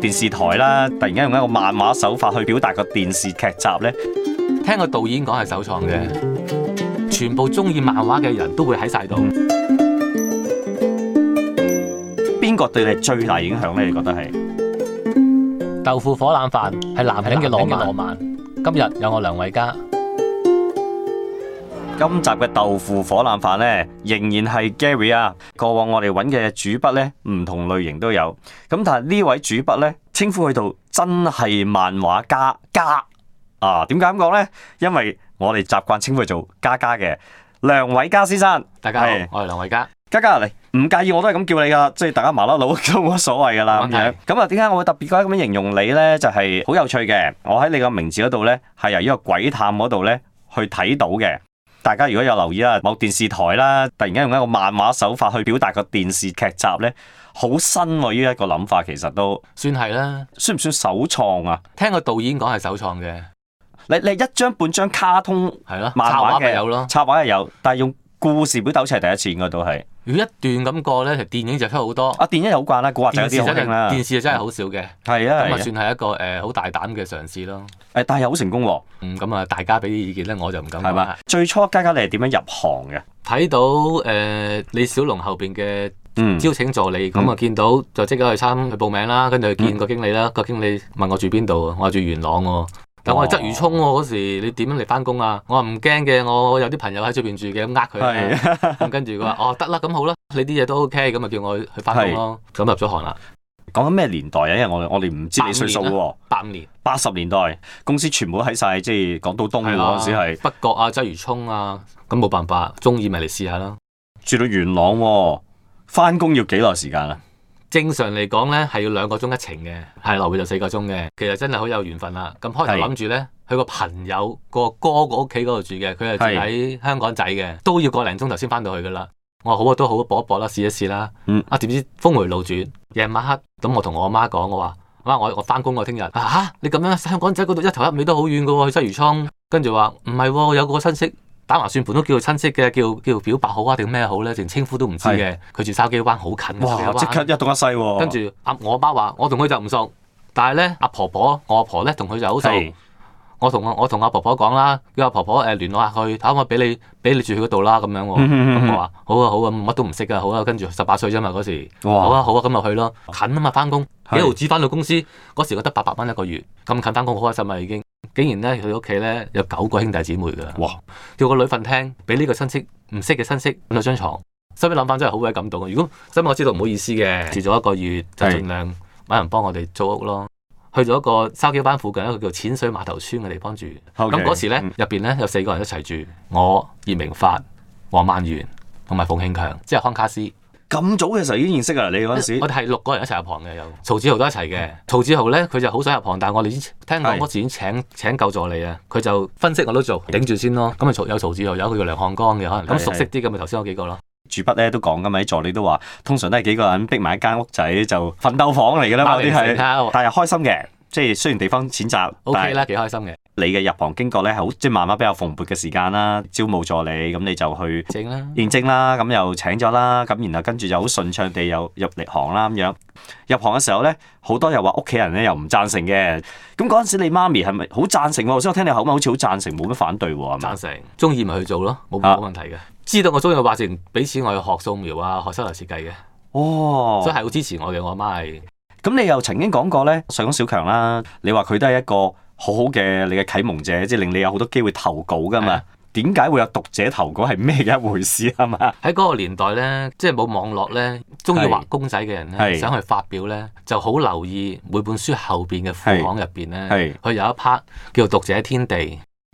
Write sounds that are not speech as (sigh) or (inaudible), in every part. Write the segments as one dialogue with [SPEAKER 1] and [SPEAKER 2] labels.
[SPEAKER 1] 電視台啦，突然間用一個漫畫手法去表達個電視劇集咧，
[SPEAKER 2] 聽個導演講係首創嘅，全部中意漫畫嘅人都會喺晒度。
[SPEAKER 1] 邊個對你最大影響咧？你覺得係？
[SPEAKER 3] 豆腐火腩飯係男人嘅浪漫。今日有我梁偉嘉，
[SPEAKER 1] 今集嘅豆腐火腩飯呢，仍然係 Gary 啊。過往我哋揾嘅主筆呢，唔同類型都有。咁但係呢位主筆呢，稱呼佢到真係漫畫家家啊？點解咁講呢？因為我哋習慣稱呼佢做家家嘅梁偉嘉先生。
[SPEAKER 2] 大家好
[SPEAKER 1] 係，
[SPEAKER 2] 我係梁偉嘉。
[SPEAKER 1] 嘉嘉嚟，唔介意我都係咁叫你噶，即係大家麻甩佬都冇乜所謂噶啦咁
[SPEAKER 2] 冇問題
[SPEAKER 1] 樣。咁啊，點解我會特別咁樣形容你咧？就係、好有趣嘅。我喺你個名字嗰度咧，係由呢個鬼探嗰度咧去睇到嘅。大家如果有留意啦，某電視台啦，突然間用一個漫畫手法去表達個電視劇集咧，好新喎、呢一個諗法其實都
[SPEAKER 2] 算係啦。
[SPEAKER 1] 算唔算首創啊？
[SPEAKER 2] 聽個導演講係首創嘅，
[SPEAKER 1] 你你一張半張卡通
[SPEAKER 2] 係咯，
[SPEAKER 1] 漫
[SPEAKER 2] 插
[SPEAKER 1] 畫
[SPEAKER 2] 畫咪
[SPEAKER 1] 嘅
[SPEAKER 2] 有咯。
[SPEAKER 1] 插畫係有，但係用故事表達好似係第一次應該都係。
[SPEAKER 2] 如果一段咁過咧，其實電影就出好多，
[SPEAKER 1] 啊，電影有慣啦，古惑仔
[SPEAKER 2] 電
[SPEAKER 1] 嗰
[SPEAKER 2] 視
[SPEAKER 1] 啲好
[SPEAKER 2] 真
[SPEAKER 1] 興啦
[SPEAKER 2] 係，電視就真係好少嘅。
[SPEAKER 1] 係啊，係
[SPEAKER 2] 咁啊，
[SPEAKER 1] 啊
[SPEAKER 2] 算係一個誒好大膽嘅嘗試咯。
[SPEAKER 1] 誒，但係又好成功喎，
[SPEAKER 2] 嗯，咁啊，大家俾啲意見咧，我就唔敢
[SPEAKER 1] 係
[SPEAKER 2] 講
[SPEAKER 1] 嘛
[SPEAKER 2] 啦。？
[SPEAKER 1] 最初嘉嘉你係點樣入行嘅？
[SPEAKER 2] 睇到誒李小龍後邊嘅
[SPEAKER 1] 嗯，嗯
[SPEAKER 2] 邀請助理，咁啊見到就即刻去參去報名啦，跟住去見個經理啦，個經理問我住邊度啊，我話住元朗喎。但我係鰂魚涌喎，嗰時你點樣嚟翻工啊？我話唔驚嘅，我有啲朋友喺出邊住嘅，咁呃佢啦。咁跟住佢
[SPEAKER 1] (laughs)
[SPEAKER 2] 話：哦，得啦，咁好啦，你啲嘢都 OK，咁啊叫我去去翻工咯。咁入咗行啦，
[SPEAKER 1] 講緊咩年代啊？因為我我哋唔知你歲數嘅喎，
[SPEAKER 2] 八五年
[SPEAKER 1] 八十年代公司全部都喺晒，即係港島東嘅嗰陣時嗯係
[SPEAKER 2] 北角啊、鰂魚涌啊，咁冇辦法，中意咪嚟試下啦。
[SPEAKER 1] 住到元朗喎，翻工要幾耐時間啊？
[SPEAKER 2] 正常嚟講咧，係要兩個鐘一程嘅，係來回就四個鐘嘅。其實真係好有緣分啦。咁開頭
[SPEAKER 1] 係
[SPEAKER 2] 諗住咧，佢個朋友個哥個屋企嗰度住嘅，佢係住
[SPEAKER 1] 係
[SPEAKER 2] 喺香港仔嘅，都要個零鐘頭先翻到去噶啦。我話好啊，都好啊，搏一搏啦，試一試啦。
[SPEAKER 1] 嗯
[SPEAKER 2] 啊，點知峰回路轉，夜晚黑咁，我同我媽講，我話媽，我我翻工我聽日啊嚇，你咁樣香港仔嗰度一頭一尾都好遠嘅喎，去鰂魚涌。跟住話唔係喎，有個親戚打麻算盤都叫做親戚嘅，叫叫表白好啊定咩好咧，連稱呼都唔知嘅。佢住筲箕灣好近嘅
[SPEAKER 1] 哇！
[SPEAKER 2] 筲箕
[SPEAKER 1] 即
[SPEAKER 2] 灣
[SPEAKER 1] 刻一東一西喎，
[SPEAKER 2] 跟住阿我阿媽話：我同佢就唔熟，但係咧阿婆婆，我阿婆咧同佢就好熟。
[SPEAKER 1] 係
[SPEAKER 2] 我同我我同阿婆婆講啦，叫阿婆婆誒聯絡下佢，睇下可唔可以俾你俾你住佢嗰度啦咁樣喎。
[SPEAKER 1] 嗯嗯嗯嗯
[SPEAKER 2] 咁我話好啊好啊，乜都唔識噶，好啊。跟住十八歲啫嘛嗰時，好
[SPEAKER 1] 哇
[SPEAKER 2] 啊好啊，咁咪去咯，近啊嘛翻工，
[SPEAKER 1] 哦係
[SPEAKER 2] 幾毫子翻到公司嗰時，覺得八百蚊一個月，咁近翻工好開心啊已經。竟然咧佢屋企咧有九個兄弟姊妹㗎。
[SPEAKER 1] 哇！
[SPEAKER 2] 叫個女瞓廳，俾呢個親戚唔識嘅親戚瞓咗張床。收尾諗翻真係好鬼感動啊！如果收尾我知道唔好意思嘅，住咗一個月就
[SPEAKER 1] 係
[SPEAKER 2] 盡量揾人幫我哋租屋咯。去咗一個筲箕灣附近一個叫淺水碼頭村嘅地方住。咁
[SPEAKER 1] OK，
[SPEAKER 2] 嗰時呢
[SPEAKER 1] 嗯，
[SPEAKER 2] 入邊呢有四個人一齊住，我葉明發、黃萬源同埋馮慶強，即係康卡斯。
[SPEAKER 1] 咁早嘅時候已經認識啊！你嗰陣時嗯
[SPEAKER 2] 我哋係六個人一齊入行嘅，有曹子豪都一齊嘅。曹子豪咧，佢就好想入行，但係我哋已經聽
[SPEAKER 1] 係
[SPEAKER 2] 講嗰時已經請請救助理啊，佢就分析我都做，頂住先咯。咁啊，曹有曹子豪，有佢叫梁漢江嘅，可能
[SPEAKER 1] 嗯係
[SPEAKER 2] 咁熟悉啲嘅咪頭先嗰幾個咯。
[SPEAKER 1] 住筆咧都講噶嘛，啲助理都話，通常都係幾個人逼埋一間屋仔就奮鬥房嚟㗎啦嘛，
[SPEAKER 2] 包
[SPEAKER 1] 嗰
[SPEAKER 2] 你
[SPEAKER 1] 啲
[SPEAKER 2] 食
[SPEAKER 1] 係，
[SPEAKER 2] 啦
[SPEAKER 1] 但係開心嘅，即係雖然地方淺窄但係
[SPEAKER 2] ，OK 啦，幾開心嘅，
[SPEAKER 1] 你嘅入行經過咧係好即係慢慢比較蓬勃嘅時間啦，招募助理咁你就去
[SPEAKER 2] 正啦。
[SPEAKER 1] 應徵啦，咁又請咗啦，咁然後跟住就好順暢地又入嚟行啦咁樣。入行嘅時候咧，好多又話屋企人咧又唔贊成嘅。咁嗰陣時你媽咪係咪好贊成喎？頭先我聽你口吻好似好贊成，冇乜反對喎，係
[SPEAKER 2] 贊
[SPEAKER 1] 咪？
[SPEAKER 2] 成，中意咪去做咯，冇
[SPEAKER 1] 啊
[SPEAKER 2] 冇問題嘅。知道我中意嘅話，自然俾錢我去學素描啊，學室內設計嘅，所
[SPEAKER 1] 哦，
[SPEAKER 2] 以係好支持我嘅。我阿媽係
[SPEAKER 1] 咁你又曾經講過咧，上港小強啦，你話佢都係一個好好嘅你嘅啟蒙者，即係令你有好多機會投稿噶
[SPEAKER 2] 係
[SPEAKER 1] 嘛
[SPEAKER 2] 啊。
[SPEAKER 1] 點解會有讀者投稿係咩嘅一回事啊嘛？
[SPEAKER 2] 喺嗰個年代咧，即係冇網絡咧，中意
[SPEAKER 1] 係
[SPEAKER 2] 畫公仔嘅人
[SPEAKER 1] 係
[SPEAKER 2] 咧，想去發表咧，就好留意每本書後邊嘅副
[SPEAKER 1] 係
[SPEAKER 2] 行入邊咧
[SPEAKER 1] 係，
[SPEAKER 2] 佢有一 part 叫做讀者天地。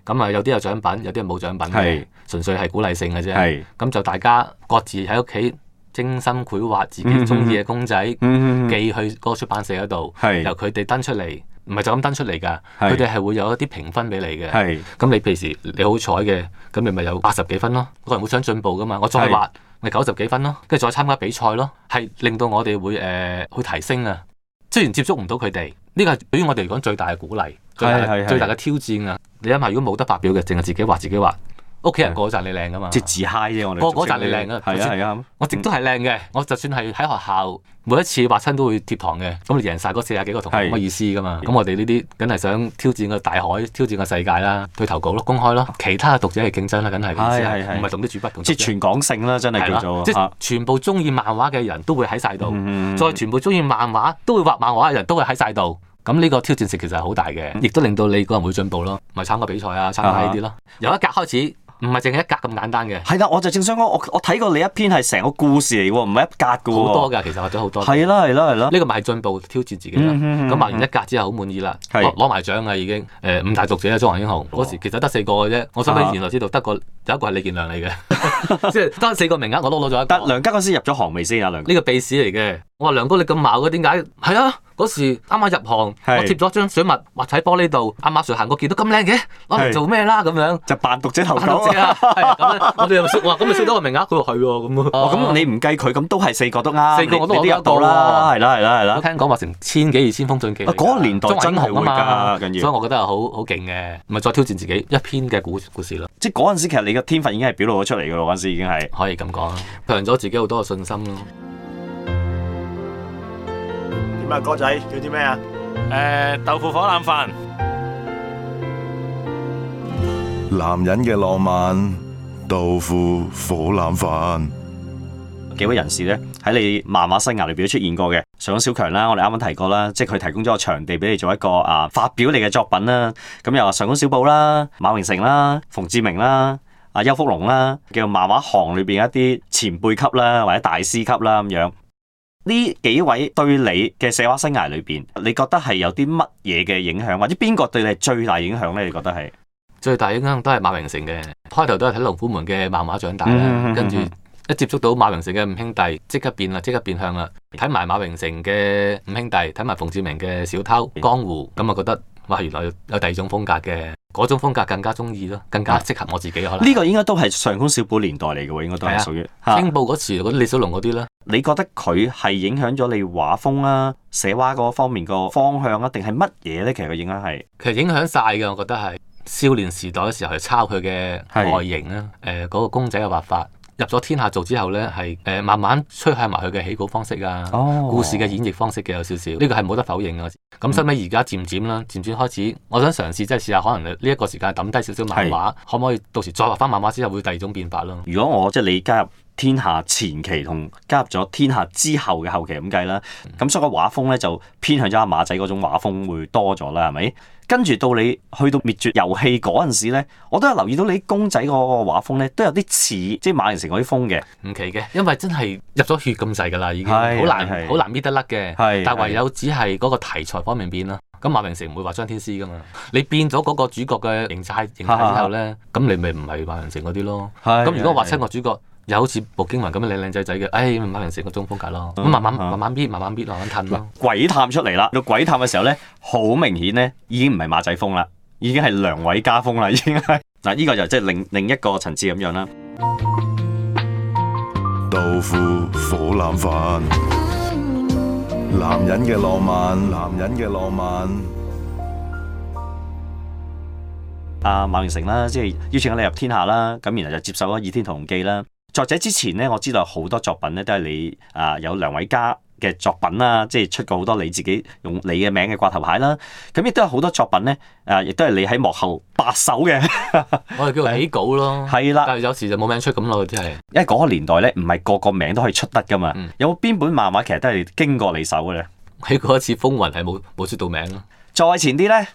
[SPEAKER 2] 咁咁啊有啲有獎品，有啲係冇獎品嘅
[SPEAKER 1] 係，
[SPEAKER 2] 純粹係鼓勵性嘅啫。
[SPEAKER 1] 係，
[SPEAKER 2] 咁就大家各自喺屋企精心繪畫自己中意嘅公仔，
[SPEAKER 1] 嗯，
[SPEAKER 2] 寄去嗰個出版社嗰度，
[SPEAKER 1] 係
[SPEAKER 2] 由佢哋登出嚟，唔係就咁登出嚟㗎，
[SPEAKER 1] 係
[SPEAKER 2] 佢哋係會有一啲評分俾你嘅。
[SPEAKER 1] 係
[SPEAKER 2] 咁你平時你好彩嘅，咁你咪有八十幾分咯。個人會想進步噶嘛，我再
[SPEAKER 1] 係
[SPEAKER 2] 畫咪九十幾分咯，跟住再參加比賽咯，係令到我哋會誒、呃去提升啊。雖然接觸唔到佢哋，呢個係對於我哋嚟講最大嘅鼓勵，最大
[SPEAKER 1] 係係
[SPEAKER 2] 嘅
[SPEAKER 1] 係
[SPEAKER 2] 最大嘅挑戰啊！你諗下，如果冇得發表嘅，淨係自己畫自己畫，屋企人個個讚你靚噶嘛，
[SPEAKER 1] 即係自嗨啫，我哋
[SPEAKER 2] 嗰嗰
[SPEAKER 1] 俗稱
[SPEAKER 2] 陣你靚啊
[SPEAKER 1] 係啊係啊，
[SPEAKER 2] 我直都係靚嘅，我就算係喺學校每一次畫親都會貼堂嘅，咁你贏晒嗰四十幾個同學
[SPEAKER 1] 係
[SPEAKER 2] 冇乜意思噶嘛？咁我哋呢啲梗係想挑戰個大海，挑戰個世界啦，去投稿咯，公開咯，其他嘅讀者係競爭啦，梗係意思
[SPEAKER 1] 啊係係
[SPEAKER 2] 係
[SPEAKER 1] 係
[SPEAKER 2] 唔係同啲主筆
[SPEAKER 1] 即
[SPEAKER 2] 同讀
[SPEAKER 1] 係
[SPEAKER 2] 者
[SPEAKER 1] 全港性啦，真係
[SPEAKER 2] 係
[SPEAKER 1] 叫
[SPEAKER 2] 啦
[SPEAKER 1] 做
[SPEAKER 2] 即係
[SPEAKER 1] 啊
[SPEAKER 2] 全部中意漫畫嘅人都會喺晒度，
[SPEAKER 1] 嗯嗯嗯
[SPEAKER 2] 再全部中意漫畫都會畫漫畫嘅人都會喺晒度。咁呢個挑戰性其實係好大
[SPEAKER 1] 嗯
[SPEAKER 2] 嘅，亦都令到你個人會進步咯，咪參加比賽啊，參加呢啲咯。由一格開始，唔係淨係一格咁簡單嘅，
[SPEAKER 1] 係啦，我就正想講，我我睇過你一篇係成個故事嚟喎，唔係一格嘅喎，
[SPEAKER 2] 好多㗎，其實畫咗好多。
[SPEAKER 1] 係啦係啦係啦，
[SPEAKER 2] 啊呢個咪係進步挑戰自己啦。
[SPEAKER 1] 嗯嗯嗯
[SPEAKER 2] 咁畫完一格之後好滿意啦，
[SPEAKER 1] 係哦
[SPEAKER 2] 攞攞埋獎啊啦已經。誒五大讀者啊，中環英雄嗰時其實得四個嘅啫。我收尾
[SPEAKER 1] 啊
[SPEAKER 2] 原來知道得個有一個係李健亮嚟嘅，即 (laughs) 係得四個名額我都攞咗一
[SPEAKER 1] 但
[SPEAKER 2] 個。
[SPEAKER 1] 梁家嗰時入咗行未先啊？梁家
[SPEAKER 2] 呢個鼻屎嚟嘅，我話梁哥你咁矛嘅點解？係啊，嗰時啱啱入行，我
[SPEAKER 1] 係
[SPEAKER 2] 貼咗張水墨畫喺玻璃度，阿馬 Sir 行過見到咁靚嘅，攞嚟
[SPEAKER 1] 係
[SPEAKER 2] 做咩啦咁樣？
[SPEAKER 1] 就扮讀者投
[SPEAKER 2] (laughs) 啊
[SPEAKER 1] 稿
[SPEAKER 2] 讀者
[SPEAKER 1] 啊！
[SPEAKER 2] 啊，係啊咁樣我哋又識，哇咁咪識到個名額，佢話係喎咁啊。
[SPEAKER 1] 哦，咁你唔計佢，咁都係四個都啱，
[SPEAKER 2] 四個我都
[SPEAKER 1] 你你
[SPEAKER 2] 攞
[SPEAKER 1] 都
[SPEAKER 2] 咗
[SPEAKER 1] 入到啦，係啦係啦係
[SPEAKER 2] 我
[SPEAKER 1] 啦，
[SPEAKER 2] 聽講話成千幾二千封進寄嚟㗎，
[SPEAKER 1] 啊嗰個年代
[SPEAKER 2] 中華英雄啊嘛
[SPEAKER 1] 真係會㗎緊要
[SPEAKER 2] 所以我覺得係好好勁嘅，咪再挑戰自己一篇嘅故故事咯，
[SPEAKER 1] 即係嗰陣時其實你嘅天分已經係表露咗出嚟嘅咯，嗰陣時已經係。
[SPEAKER 2] 可以咁講啦，強咗自己好多嘅信心咯。
[SPEAKER 4] 点啊，哥仔叫啲咩啊？
[SPEAKER 3] 豆腐火腩飯。
[SPEAKER 5] 男人嘅浪漫，豆腐火腩飯。
[SPEAKER 1] 幾位人士咧喺你漫畫生涯裏邊都出現過嘅。上咗小強啦，我哋啱啱提過啦，即係佢提供咗個場地俾你做一個啊發表你嘅作品啦。咁又話上官小寶啦、馬榮成啦、馮志明啦。啊，邱福龍啦，叫漫畫行裏邊一啲前輩級啦，或者大師級啦咁樣。呢幾位對你嘅寫畫生涯裏邊，你覺得係有啲乜嘢嘅影響，或者邊個對你係最大影響咧？你覺得係？
[SPEAKER 2] 最大影響都係馬榮成嘅，開頭都係睇《龍虎門》嘅漫畫長大
[SPEAKER 1] 嗯嗯
[SPEAKER 2] 啦
[SPEAKER 1] 嗯，
[SPEAKER 2] 跟住一接觸到馬榮成嘅五兄弟，即刻變啦，即刻變向啦，睇埋馬榮成嘅五兄弟，睇埋馮志明嘅小偷
[SPEAKER 1] 嗯
[SPEAKER 2] 江湖，咁啊覺得哇原來有有第二種風格嘅，嗰種風格更加中意咯，更加適合我自己可能。
[SPEAKER 1] 呢個應該都係上官小寶年代嚟嘅喎，應該都係
[SPEAKER 2] 係啊
[SPEAKER 1] 屬於。嚇
[SPEAKER 2] 星報嗰時嗰啲李小龍嗰啲啦。
[SPEAKER 1] 你覺得佢係影響咗你畫風啦、寫畫嗰方面個方向啊，定係乜嘢咧？其實個影響係
[SPEAKER 2] 其實影響晒嘅，我覺得係少年時代嘅時候係抄佢嘅外形啦，誒嗰、個公仔嘅畫法。入咗天下做之後呢，係誒、呃慢慢趨向埋佢嘅起稿方式啊，
[SPEAKER 1] 哦
[SPEAKER 2] 故事嘅演繹方式嘅有少少，呢、個係冇得否認嘅。咁收尾而家漸漸啦，漸漸開始，我想嘗試即係試下，可能呢一個時間抌低少少漫畫，可唔可以到時再畫翻漫畫之後會第二種變法咯？
[SPEAKER 1] 如果我即係你加入天下前期同加入咗天下之後嘅後期咁計啦，咁所以個畫風咧就偏向咗阿馬仔嗰種畫風會多咗啦，係咪？跟住到你去到滅絕遊戲嗰陣時咧，我都有留意到你公仔嗰個畫風咧都有啲似即係馬榮成嗰啲風嘅，
[SPEAKER 2] 唔奇嘅，因為真係入咗血咁滯㗎啦，已經好
[SPEAKER 1] 係
[SPEAKER 2] 難
[SPEAKER 1] 係
[SPEAKER 2] 好難搣得甩嘅。
[SPEAKER 1] 係
[SPEAKER 2] 但
[SPEAKER 1] 係
[SPEAKER 2] 唯有只係嗰個題材方面變啦。咁馬明成唔會話張天師
[SPEAKER 1] (laughs)
[SPEAKER 2] 噶嘛？你變咗嗰個主角嘅形態形態之後咧，咁你咪唔係馬明成嗰啲咯。
[SPEAKER 1] 係
[SPEAKER 2] 咁如果
[SPEAKER 1] 係
[SPEAKER 2] 畫親個主角又好似步驚雲咁樣靚靚仔仔嘅，唉，咪馬明成嗰種風格咯。咁慢慢
[SPEAKER 1] 嗯
[SPEAKER 2] 慢慢搣，慢慢搣，慢慢褪咯。
[SPEAKER 1] 鬼探出嚟啦，到鬼探嘅時候咧，好明顯咧，已經唔係馬仔風啦，已經係梁偉家風啦，已 (laughs) 經係嗱，呢個就即係另另一個層次咁樣啦。
[SPEAKER 5] 豆腐火腩飯，男人嘅浪漫，男人嘅浪漫，
[SPEAKER 1] 阿馬啊榮成啦，即係邀請你入天下啦，咁然後就接受咗《倚天屠龍記》啦。作者之前咧，我知道好多作品咧都係你啊有梁偉嘉嘅作品啦，即係出過好多你自己用你嘅名嘅掛頭牌啦。咁亦都有好多作品咧，啊，亦都係你喺幕後白手嘅， (laughs)
[SPEAKER 2] 我哋叫做起稿咯。
[SPEAKER 1] 係啦。
[SPEAKER 2] 但係有時就冇名出咁咯，真係。
[SPEAKER 1] 因為嗰個年代咧，唔係個個名都可以出得噶嘛。
[SPEAKER 2] 嗯
[SPEAKER 1] 有冇邊本漫畫其實都係經過你手嘅咧？
[SPEAKER 2] 起過一次風雲係冇冇出到名咯。
[SPEAKER 1] 再前啲咧，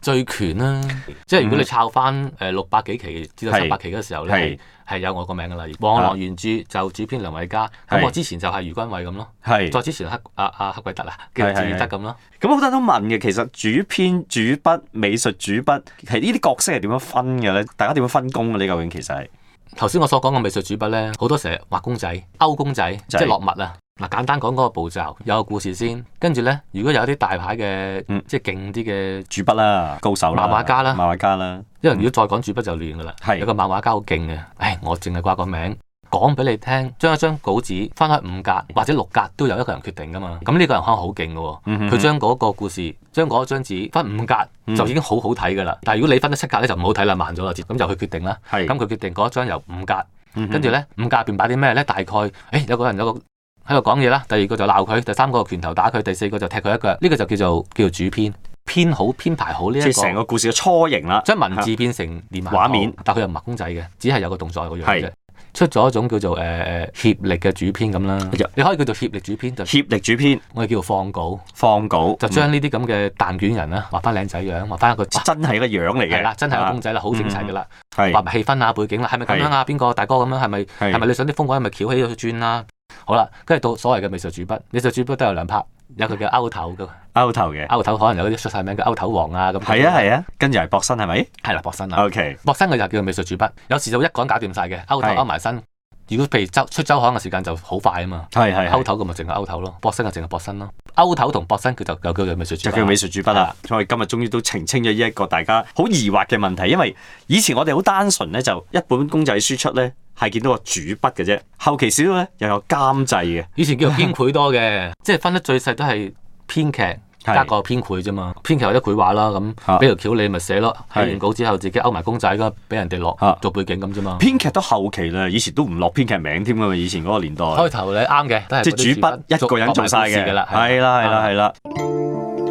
[SPEAKER 2] 最權啦。即係如果你抄翻誒六百幾期至到
[SPEAKER 1] 嗯係
[SPEAKER 2] 七百期嘅時候
[SPEAKER 1] 係
[SPEAKER 2] 咧，係有我個名㗎啦。望
[SPEAKER 1] 啊
[SPEAKER 2] 浪原著就主編梁偉嘉，
[SPEAKER 1] 係
[SPEAKER 2] 咁我之前就係余君偉咁咯，
[SPEAKER 1] 係
[SPEAKER 2] 再之前黑阿阿黑鬼德啊，
[SPEAKER 1] 係
[SPEAKER 2] 叫
[SPEAKER 1] 係
[SPEAKER 2] 趙德咁咯。
[SPEAKER 1] 咁好多人都問嘅，其實主編、主筆、美術主筆，係呢啲角色係點樣分嘅咧？大家點樣分工嘅呢？究竟其實係
[SPEAKER 2] 頭先我所講嘅美術主筆咧，好多時係畫公仔、勾公仔，
[SPEAKER 1] 仔
[SPEAKER 2] 即係落墨啊。嗱，簡單講嗰個步驟，有個故事先，跟住咧，如果有啲大牌嘅
[SPEAKER 1] 嗯，
[SPEAKER 2] 即係勁啲嘅，
[SPEAKER 1] 主筆啦、高手啦、
[SPEAKER 2] 漫畫家啦
[SPEAKER 1] 漫畫家啦，
[SPEAKER 2] 因為如果再講主筆就亂噶啦。
[SPEAKER 1] 係
[SPEAKER 2] 有個漫畫家好勁嘅，唉，我淨係掛個名，講俾你聽，將一張稿紙分開五格或者六格，都由一個人決定噶嘛。咁呢個人可能好勁嘅喎。
[SPEAKER 1] 嗯哼
[SPEAKER 2] 佢將嗰個故事，將嗰張紙分五格就已經好好睇㗎啦。但係如果你分得七格咧，就唔好睇啦，慢咗啦，咁就佢決定啦。
[SPEAKER 1] 嗯係
[SPEAKER 2] 咁佢決定嗰一張由五格，
[SPEAKER 1] 嗯哼
[SPEAKER 2] 跟住咧五格入邊擺啲咩咧？大概誒、欸有個人有個喺度講嘢啦，第二個就鬧佢，第三個拳頭打佢，第四個就踢佢一腳。呢、個就叫做叫做主編，編好編排好呢、
[SPEAKER 1] 即
[SPEAKER 2] 一
[SPEAKER 1] 係成
[SPEAKER 2] 個。
[SPEAKER 1] 個故事嘅初型啦，
[SPEAKER 2] 將文字變成連埋
[SPEAKER 1] 畫面
[SPEAKER 2] 圖但佢又唔係公仔嘅，只係有個動作個樣
[SPEAKER 1] 係
[SPEAKER 2] 啫。出咗一種叫做誒誒、呃協力嘅主編咁啦
[SPEAKER 1] 呀，
[SPEAKER 2] 你可以叫做協力主編，就
[SPEAKER 1] 啊協力主編
[SPEAKER 2] 我哋叫做放稿。
[SPEAKER 1] 放稿，
[SPEAKER 2] 就
[SPEAKER 1] 嗯
[SPEAKER 2] 將呢啲咁嘅蛋卷人啊啦，畫翻靚仔樣，畫翻一個哇
[SPEAKER 1] 真係一個樣嚟嘅，啊
[SPEAKER 2] 係啦，真係個公
[SPEAKER 1] 仔
[SPEAKER 2] 仔啦，好整齊噶啦，畫
[SPEAKER 1] 嗯係
[SPEAKER 2] 埋氣氛啊、背景啦，係咪咁樣啊？邊個大哥咁樣？係咪
[SPEAKER 1] 係
[SPEAKER 2] 係咪你想啲風格係咪翹起咗轉啦？好啦，跟住到所謂嘅美術主筆，美術主筆都有兩 part，有佢嘅勾頭嘅，
[SPEAKER 1] 勾頭嘅，
[SPEAKER 2] 勾頭可能有啲出晒名嘅勾頭王啊咁。
[SPEAKER 1] 係啊，係啊，跟住係博身係咪
[SPEAKER 2] 係啦，博身啊，
[SPEAKER 1] ？OK，
[SPEAKER 2] 博身佢就叫做美術主筆，有時就一個人搞掂晒嘅，勾頭
[SPEAKER 1] 係
[SPEAKER 2] 勾埋身。如果譬如周出周刊嘅時間就好快啊嘛，
[SPEAKER 1] 係係
[SPEAKER 2] 勾
[SPEAKER 1] 係
[SPEAKER 2] 頭咁咪淨係勾頭咯，博身就淨係博身咯，勾頭同博身佢就又叫做美術
[SPEAKER 1] 就
[SPEAKER 2] 主筆
[SPEAKER 1] 叫
[SPEAKER 2] 啦
[SPEAKER 1] 美。術主筆啦，所以今日終於都澄清咗呢一個大家好疑惑嘅問題，因為以前我哋好單純咧，就一本公仔書出咧係見到個主筆嘅啫，後期少咗咧又有監製嘅，
[SPEAKER 2] 以前叫做編繪
[SPEAKER 1] (laughs)
[SPEAKER 2] 多嘅，即係分得最細都係編劇
[SPEAKER 1] 係
[SPEAKER 2] 加個編繪啫嘛。編劇或者繪畫啦，
[SPEAKER 1] 啊
[SPEAKER 2] 咁俾條橋你咪寫咯。
[SPEAKER 1] 係
[SPEAKER 2] 睇完稿之後自己勾埋公仔咁，俾人哋落
[SPEAKER 1] 啊
[SPEAKER 2] 做背景咁啫嘛。
[SPEAKER 1] 編劇都後期啦，以前都唔落編劇名添㗎啊嘛，以前嗰個年代。
[SPEAKER 2] (laughs) 開頭你啱嘅，都係
[SPEAKER 1] 即係主筆一個人做晒嘅，
[SPEAKER 2] 㗎啦，啊
[SPEAKER 1] 係啊啦係啦係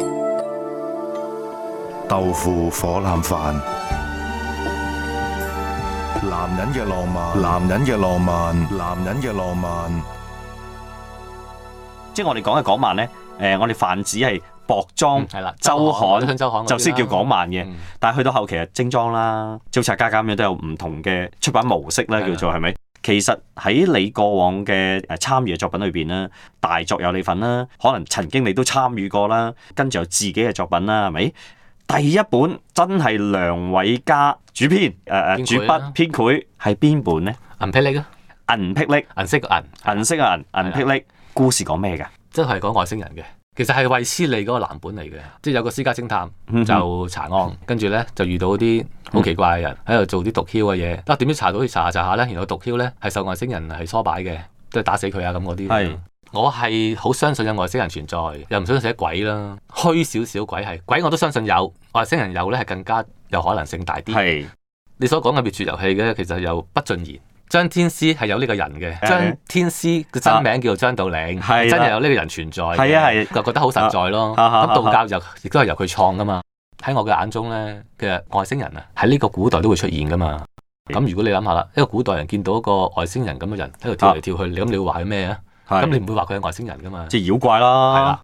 [SPEAKER 1] 啦。
[SPEAKER 5] 豆腐火腩飯，男人嘅浪漫，男人嘅浪漫，男人嘅浪漫。
[SPEAKER 1] 即係我哋講嘅港漫咧，誒我哋泛指係薄裝
[SPEAKER 2] 嗯係啦，
[SPEAKER 1] 周刊
[SPEAKER 2] 刊周刊嗰啲啦
[SPEAKER 1] 就先叫港漫嘅
[SPEAKER 2] 嗯，
[SPEAKER 1] 但係去到後期係啊精裝啦、招拆家家咁樣都有唔同嘅出版模式啦，
[SPEAKER 2] 係啦
[SPEAKER 1] 叫做係咪？其實喺你過往嘅誒參與嘅作品裏邊啦，大作有你份啦，可能曾經你都參與過啦，跟住有自己嘅作品啦，係咪？第一本真係梁偉嘉主編誒誒
[SPEAKER 2] 編
[SPEAKER 1] 主
[SPEAKER 2] 繪啦
[SPEAKER 1] 筆編繪係邊本咧？
[SPEAKER 2] 銀皮力啊，
[SPEAKER 1] 銀霹靂。
[SPEAKER 2] 銀色個銀，
[SPEAKER 1] 銀色啊銀銀霹靂故事講咩㗎？
[SPEAKER 2] 即係講外星人嘅。其實係衛斯理嗰個藍本嚟嘅，即係有個私家偵探
[SPEAKER 1] 嗯哼
[SPEAKER 2] 就查案，跟住咧就遇到啲好奇怪嘅
[SPEAKER 1] 嗯
[SPEAKER 2] 人喺度做啲毒梟嘅嘢，啊點知查到查下查下咧，原來毒梟咧係受外星人係唆擺嘅，即係打死佢啊咁嗰啲。
[SPEAKER 1] 係
[SPEAKER 2] 我係好相信有外星人存在，又唔相信寫鬼啦，虛少少鬼係鬼我都相信有，外星人有咧係更加有可能性大啲。
[SPEAKER 1] 係
[SPEAKER 2] 你所講嘅滅絕遊戲嘅其實又不盡然。張天師係有呢個人嘅，
[SPEAKER 1] 係
[SPEAKER 2] 張天師嘅真名叫做張道領，
[SPEAKER 1] 係啦
[SPEAKER 2] 真係有呢個人存在嘅。
[SPEAKER 1] 係啊係
[SPEAKER 2] 就覺得好實在咯。
[SPEAKER 1] 啊啊啊
[SPEAKER 2] 咁道教就亦都係由佢創噶嘛。喺我嘅眼中咧，其實外星人啊喺呢個古代都會出現噶嘛。咁如果你諗下啦，一個古代人見到一個外星人咁嘅人喺度跳嚟跳去，你咁你會話佢咩啊？咁你
[SPEAKER 1] 係，啊
[SPEAKER 2] 唔會話佢係外星人噶嘛？
[SPEAKER 1] 即係妖怪
[SPEAKER 2] 係啦
[SPEAKER 1] 啦，，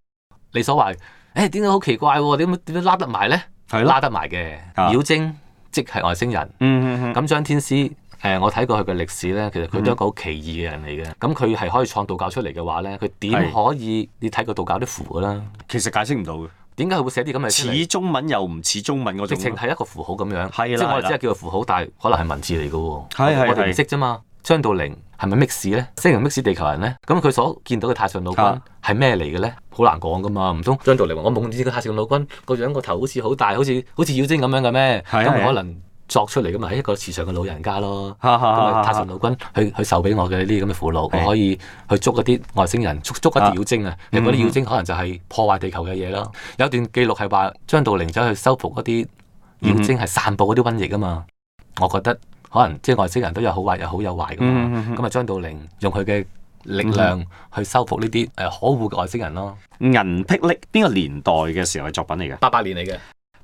[SPEAKER 2] 你所話，誒點解好奇怪喎？點點解拉得埋咧？
[SPEAKER 1] 係
[SPEAKER 2] 拉
[SPEAKER 1] 啦，
[SPEAKER 2] 得埋嘅
[SPEAKER 1] 啊
[SPEAKER 2] 妖精即係外星人。
[SPEAKER 1] 嗯嗯
[SPEAKER 2] 咁張天師誒、我睇過佢嘅歷史咧，其實佢都係一個好奇異嘅人嚟嘅。咁佢係可以創道教出嚟嘅話咧，佢點
[SPEAKER 1] 係
[SPEAKER 2] 可以？你睇過道教啲符㗎啦，
[SPEAKER 1] 其實解釋唔到嘅，
[SPEAKER 2] 點解佢會寫啲咁嘅出嚟
[SPEAKER 1] 似中文又唔似中文嗰
[SPEAKER 2] 直情
[SPEAKER 1] 種，
[SPEAKER 2] 係一個符號咁樣，
[SPEAKER 1] 係啦
[SPEAKER 2] 即係我
[SPEAKER 1] 係
[SPEAKER 2] 哋
[SPEAKER 1] 啦
[SPEAKER 2] 只係叫做符號，但係可能係文字嚟嘅喎。
[SPEAKER 1] 係係
[SPEAKER 2] 我哋
[SPEAKER 1] 係
[SPEAKER 2] 唔識啫嘛。張道陵係咪 mix 咧？星人 mix 地球人咧？咁佢所見到嘅太上老君
[SPEAKER 1] 啊
[SPEAKER 2] 係咩嚟嘅咧？好難講噶嘛，唔通張道陵話我夢見個太上老君個樣個頭好似好大，好似好似妖精咁樣嘅咩？
[SPEAKER 1] 係啊
[SPEAKER 2] 咁
[SPEAKER 1] 係
[SPEAKER 2] 佢
[SPEAKER 1] 啊
[SPEAKER 2] 可能作出嚟嘅咪係一個慈祥嘅老人家咯。
[SPEAKER 1] 哈哈
[SPEAKER 2] 咁
[SPEAKER 1] 哈
[SPEAKER 2] 咪
[SPEAKER 1] 哈
[SPEAKER 2] 太上老君去去授俾我嘅呢啲咁嘅苦惱，
[SPEAKER 1] 係
[SPEAKER 2] 我可以去捉一啲外星人，捉捉一
[SPEAKER 1] 啊
[SPEAKER 2] 啲妖精啊！你嗰啲妖精可能就係破壞地球嘅嘢咯。有一段記錄係話張道陵走去收復嗰啲
[SPEAKER 1] 嗯
[SPEAKER 2] 妖精，係散佈嗰啲瘟疫啊嘛。我覺得可能即係外星人都有好壞，有好有壞噶
[SPEAKER 1] 嗯嗯嗯嗯
[SPEAKER 2] 嘛。咁啊，張道陵用佢嘅力量去收復呢啲誒可惡嘅外星人咯。
[SPEAKER 1] 銀霹靂邊個年代嘅時候嘅作品嚟嘅？
[SPEAKER 2] 八八年嚟嘅，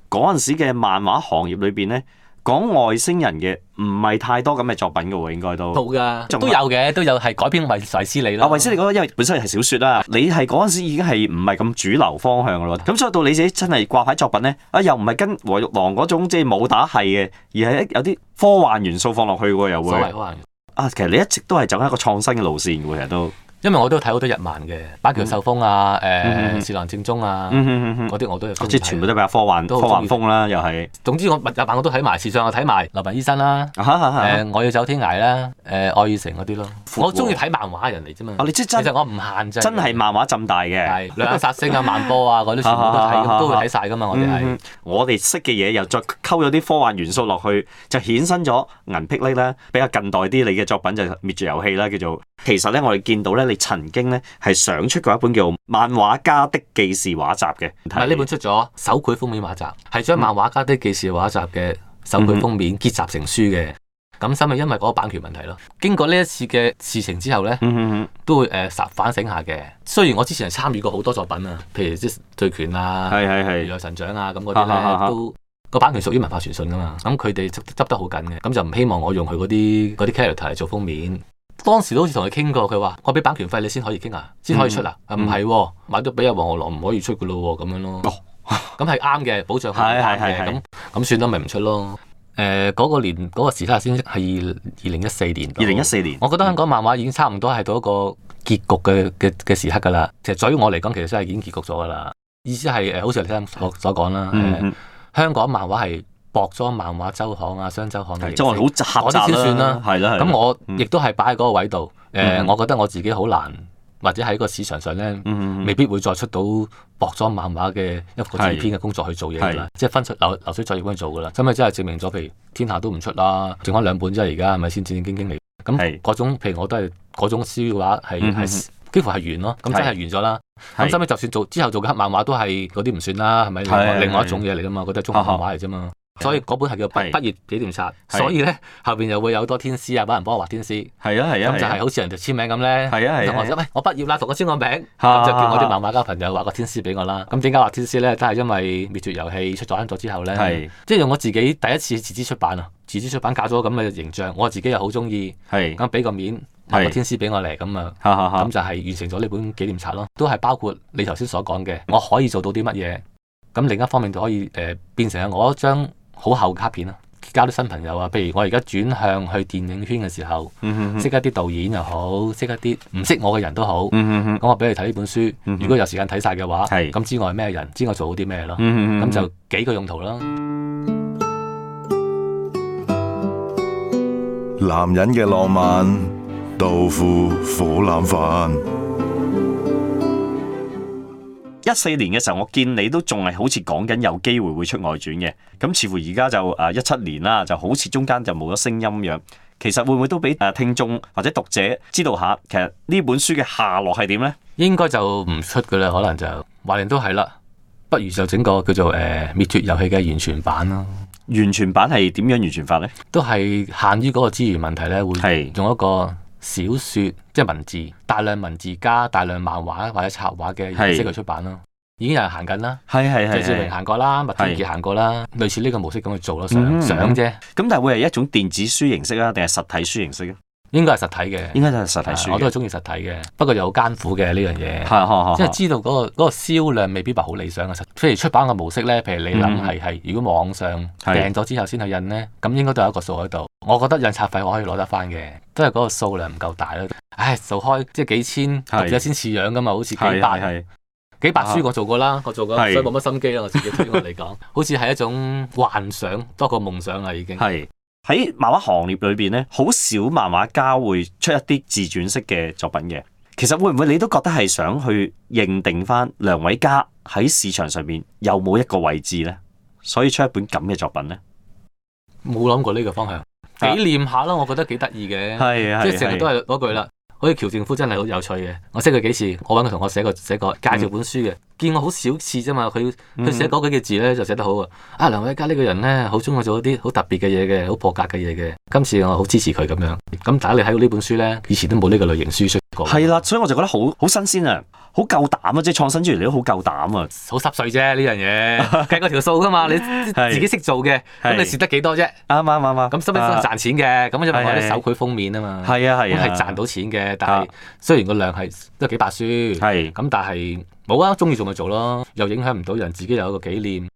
[SPEAKER 1] 嗰陣時嘅漫畫行業裏邊咧，講外星人嘅唔係太多咁嘅作品嘅喎，應該都。
[SPEAKER 2] 冇噶，
[SPEAKER 1] 仲
[SPEAKER 2] 都有嘅，都有係改編維維斯利啦。
[SPEAKER 1] 阿維斯，你覺得因為本身係小説啦，你係嗰陣時已經係唔係咁主流方向嘅咯，咁所以到你自己真係掛牌作品咧，啊又唔係跟和玉郎嗰種即係武打系嘅，而係有啲科幻元素放落去喎，又
[SPEAKER 2] 所謂
[SPEAKER 1] 會
[SPEAKER 2] 可能，
[SPEAKER 1] 啊，其實你一直都係走一個創新嘅路線嘅喎，其實都，
[SPEAKER 2] 因為我都睇好多日漫嘅，《板橋秀風》啊，
[SPEAKER 1] 嗯
[SPEAKER 2] 誒
[SPEAKER 1] 嗯
[SPEAKER 2] 《士郎正宗》啊，
[SPEAKER 1] 嗯哼哼哼
[SPEAKER 2] 嗰啲我都有中意睇。啊
[SPEAKER 1] 即係全部都比較科幻、
[SPEAKER 2] 都
[SPEAKER 1] 科
[SPEAKER 2] 好
[SPEAKER 1] 幻
[SPEAKER 2] 中意
[SPEAKER 1] 風啦，又係
[SPEAKER 2] 總之我日漫我都睇埋，時尚我睇埋，劉文醫生啦，
[SPEAKER 1] 啊哈哈哈
[SPEAKER 2] 誒我要走天涯啦，誒愛與誠嗰啲咯。
[SPEAKER 1] 闊喎
[SPEAKER 2] 我中意睇漫畫人嚟啫嘛
[SPEAKER 1] 啊！。你即係真
[SPEAKER 2] 其實我唔限制嘅。
[SPEAKER 1] 真係漫畫浸大嘅。
[SPEAKER 2] 係兩殺星啊、萬波啊
[SPEAKER 1] (laughs)
[SPEAKER 2] 嗰啲全部都睇，咁都會睇晒噶嘛，我哋
[SPEAKER 1] 嗯
[SPEAKER 2] 係
[SPEAKER 1] 嗯。我哋識嘅嘢又再溝咗啲科幻元素落去，就衍生咗銀霹靂啦，比較近代啲你嘅作品就係滅絕遊戲啦，叫做。其實咧，我哋見到咧，你曾經咧係想出過一本叫《漫畫家的記事畫集》嘅。唔
[SPEAKER 2] 唔係呢本出咗手繪封面畫集，係將漫畫家的記事畫集嘅手繪
[SPEAKER 1] 嗯
[SPEAKER 2] 封面結集成書嘅。咁收尾因為嗰個版權問題咯，經過呢一次嘅事情之後咧，
[SPEAKER 1] 嗯嗯嗯
[SPEAKER 2] 都會誒反反省下嘅。雖然我之前係參與過好多作品啊，譬如即係醉拳啊、
[SPEAKER 1] 係係
[SPEAKER 2] 娛
[SPEAKER 1] 係。
[SPEAKER 2] 樂神掌啊咁嗰
[SPEAKER 1] 啊啊啊
[SPEAKER 2] 啲
[SPEAKER 1] 啊
[SPEAKER 2] 咧，都個版權屬於文化傳信噶嘛。咁佢哋執執得好緊嘅，咁就唔希望我用佢嗰啲嗰啲 character 嚟做封面。當時都好似同佢傾過，佢話：我俾版權費你先可以傾啊，先可以出啊。
[SPEAKER 1] 嗯
[SPEAKER 2] 啊唔係喎，買咗俾阿黃河郎唔可以出噶咯喎，咁樣咯。咁係啱嘅，保障係啱
[SPEAKER 1] 哦係係係
[SPEAKER 2] 嘅。咁咁算啦，咪唔出咯。誒嗰、個年嗰、個時刻先係二二零一四年到。
[SPEAKER 1] 二零一四年。
[SPEAKER 2] 我覺得香港漫畫已經差唔多係到一個結局嘅嘅嘅時刻㗎啦。其實對於我嚟講，其實真係已經結局咗㗎啦。意思係誒、呃好似你聽所所講啦，
[SPEAKER 1] 嗯
[SPEAKER 2] 呃
[SPEAKER 1] 嗯
[SPEAKER 2] 香港漫畫係薄咗漫畫周刊啊、雙周刊嘅
[SPEAKER 1] 係
[SPEAKER 2] 形
[SPEAKER 1] 即係我哋
[SPEAKER 2] 式。
[SPEAKER 1] 好狹窄
[SPEAKER 2] 嗰啲先算啦
[SPEAKER 1] 係啦係啦。
[SPEAKER 2] 咁我
[SPEAKER 1] 嗯
[SPEAKER 2] 亦都係擺喺嗰個位度。誒、
[SPEAKER 1] 嗯
[SPEAKER 2] 我覺得我自己好難，或者喺個市場上咧。
[SPEAKER 1] 嗯嗯嗯
[SPEAKER 2] 未必會再出到薄裝漫畫嘅一個紙篇嘅工作去做嘢㗎啦，即係分出流流水作業咁去做㗎啦。咁啊，真係證明咗，譬如天下都唔出啦，剩翻兩本啫，而家係咪先正正經經嚟？
[SPEAKER 1] 係
[SPEAKER 2] 咁嗰種譬如我都係嗰種書嘅話，係
[SPEAKER 1] 嗯嗯
[SPEAKER 2] 係幾乎係完咯，咁真係完咗啦。
[SPEAKER 1] 係
[SPEAKER 2] 咁收尾就算做之後做嘅黑漫畫都係嗰啲唔算啦，係咪？另
[SPEAKER 1] 係
[SPEAKER 2] 外
[SPEAKER 1] 係
[SPEAKER 2] 另外一種嘢嚟㗎嘛，嗰啲係中學漫畫嚟啫嘛。所以嗰本係叫
[SPEAKER 1] 係
[SPEAKER 2] 畢畢業紀念冊，
[SPEAKER 1] 係
[SPEAKER 2] 所以咧後邊又會有好多天師啊，揾人幫我畫天師。
[SPEAKER 1] 係啊係啊
[SPEAKER 2] 咁就係
[SPEAKER 1] 係啊。
[SPEAKER 2] 好似人哋簽名咁咧，
[SPEAKER 1] 係啊係啊
[SPEAKER 2] 咁我
[SPEAKER 1] 係啊
[SPEAKER 2] 就喂我畢業啦，同我簽個名，
[SPEAKER 1] 啊
[SPEAKER 2] 咁就叫我啲漫畫家朋友畫個天師俾我啦。咁點解畫天師咧？都係因為滅絕遊戲出咗咗之後咧
[SPEAKER 1] 係，
[SPEAKER 2] 即係用我自己第一次自資出版啊，自資出版搞咗咁嘅形象，我自己又好中意，
[SPEAKER 1] 係。
[SPEAKER 2] 咁俾個面畫
[SPEAKER 1] 係
[SPEAKER 2] 個天師俾我嚟，咁啊。
[SPEAKER 1] 哈哈哈
[SPEAKER 2] 咁就係完成咗呢本紀念冊咯，都係包括你頭先所講嘅，我可以做到啲乜嘢，咁另一方面就可以誒、呃、變成我一張好厚嘅卡片啦，交啲新朋友啊，譬如我而家轉向去電影圈嘅時候，
[SPEAKER 1] 嗯嗯嗯
[SPEAKER 2] 識一啲導演又好，識一啲唔識我嘅人都好，咁、
[SPEAKER 1] 嗯嗯嗯
[SPEAKER 2] 我俾你睇呢本書，
[SPEAKER 1] 嗯哼
[SPEAKER 2] 如果有時間睇晒嘅話，
[SPEAKER 1] 係
[SPEAKER 2] 咁知我係咩人，知我做好啲咩咯，咁、
[SPEAKER 1] 嗯嗯嗯
[SPEAKER 2] 就幾個用途啦。
[SPEAKER 5] 男人嘅浪漫，豆腐火腩飯。
[SPEAKER 1] 一四年嘅時候，我見你都仲係好似講緊有機會會出外傳嘅，咁似乎而家就啊誒一七年啦，就好似中間就冇咗聲音咁樣。其實會唔會都俾誒聽眾或者讀者知道下，其實呢本書嘅下落係點呢？
[SPEAKER 2] 應該就唔出噶啦，可能就話定都係啦，不如就整個叫做誒、呃、滅絕遊戲嘅完全版啦。
[SPEAKER 1] 完全版係點樣完全法呢？
[SPEAKER 2] 都係限於嗰個資源問題咧，會
[SPEAKER 1] 係
[SPEAKER 2] 用一個小説即係文字大量文字加大量漫畫或者插畫嘅形式
[SPEAKER 1] 係
[SPEAKER 2] 去出版咯。已經有人行緊啦，
[SPEAKER 1] 係係
[SPEAKER 2] 謝
[SPEAKER 1] 係
[SPEAKER 2] 志明
[SPEAKER 1] 係。
[SPEAKER 2] 行過啦，麥天傑
[SPEAKER 1] 係
[SPEAKER 2] 行過啦，類似呢個模式咁去做咯，
[SPEAKER 1] 嗯
[SPEAKER 2] 想想啫，
[SPEAKER 1] 咁但係會係一種電子書形式啊，定係實體書形式咧？
[SPEAKER 2] 應該係實體嘅
[SPEAKER 1] 應，該就係實體
[SPEAKER 2] 啊我
[SPEAKER 1] 書
[SPEAKER 2] 都係
[SPEAKER 1] 嘅。
[SPEAKER 2] 中意實體嘅，不過又好艱苦嘅呢樣嘢。
[SPEAKER 1] 係係
[SPEAKER 2] 即係
[SPEAKER 1] 係
[SPEAKER 2] 知道嗰、個嗰、個銷量未必話好理想嘅，實譬如出版嘅模式咧，譬如你諗係係如果網上
[SPEAKER 1] 嗯係
[SPEAKER 2] 訂咗之後先去印咧，咁應該都有一個數喺度。我覺得印刷費我可以攞得翻嘅，都係嗰個數量唔夠大咯。唉，做開即係幾千
[SPEAKER 1] 係
[SPEAKER 2] 讀者先似樣噶嘛，好似幾
[SPEAKER 1] 係係
[SPEAKER 2] 百
[SPEAKER 1] 係啊
[SPEAKER 2] 幾百書我做過啦，我做過，所
[SPEAKER 1] 係
[SPEAKER 2] 以冇乜心機啦。我自己對於我嚟講，
[SPEAKER 1] (laughs)
[SPEAKER 2] 好似係一種幻想多過夢想啦，啊已經。
[SPEAKER 1] 係。喺漫畫行業裏邊咧，好少漫畫家會出一啲自傳式嘅作品嘅。其實會唔會你都覺得係想去認定翻梁偉嘉喺市場上面有冇一個位置呢？所以出一本咁嘅作品呢？
[SPEAKER 2] 冇諗過呢個
[SPEAKER 1] 啊
[SPEAKER 2] 方向，紀念下啦，我覺得幾得意嘅。
[SPEAKER 1] 係
[SPEAKER 2] 即係成日都
[SPEAKER 1] 嗯
[SPEAKER 2] 係嗰句啦。好似喬政夫真係好有趣嘅，我識佢幾次，我揾佢同我寫過寫過介紹本書嘅，見我好少次啫嘛，佢佢寫嗰幾個字咧就寫得好啊！啊梁偉嘉呢個人咧，好中意做一啲好特別嘅嘢嘅，好破格嘅嘢嘅。今次我好支持佢咁樣。咁但係你睇到呢本書咧，以前都冇呢個類型書出過，
[SPEAKER 1] 係啊啦，所以我就覺得好好新鮮啊，好夠膽啊，即係創新之餘你都好夠膽啊，
[SPEAKER 2] 好濕碎啫呢樣
[SPEAKER 1] (laughs)
[SPEAKER 2] 嘢，計過條數噶嘛，你
[SPEAKER 1] 係
[SPEAKER 2] 自己識做嘅，咁
[SPEAKER 1] 係
[SPEAKER 2] 你蝕得幾多啫？
[SPEAKER 1] 啱啱啱啱。
[SPEAKER 2] 咁收尾都係
[SPEAKER 1] 啊
[SPEAKER 2] 賺錢嘅，咁因為我
[SPEAKER 1] 係係
[SPEAKER 2] 啲手繪封面啊嘛，
[SPEAKER 1] 係啊係
[SPEAKER 2] 咁
[SPEAKER 1] 啊，
[SPEAKER 2] 係賺到錢嘅，但
[SPEAKER 1] 啊
[SPEAKER 2] 係雖然個量係都幾百書，
[SPEAKER 1] 係
[SPEAKER 2] 咁但係冇啊，中意做咪做咯，又影響唔到人，自己又有一個紀念，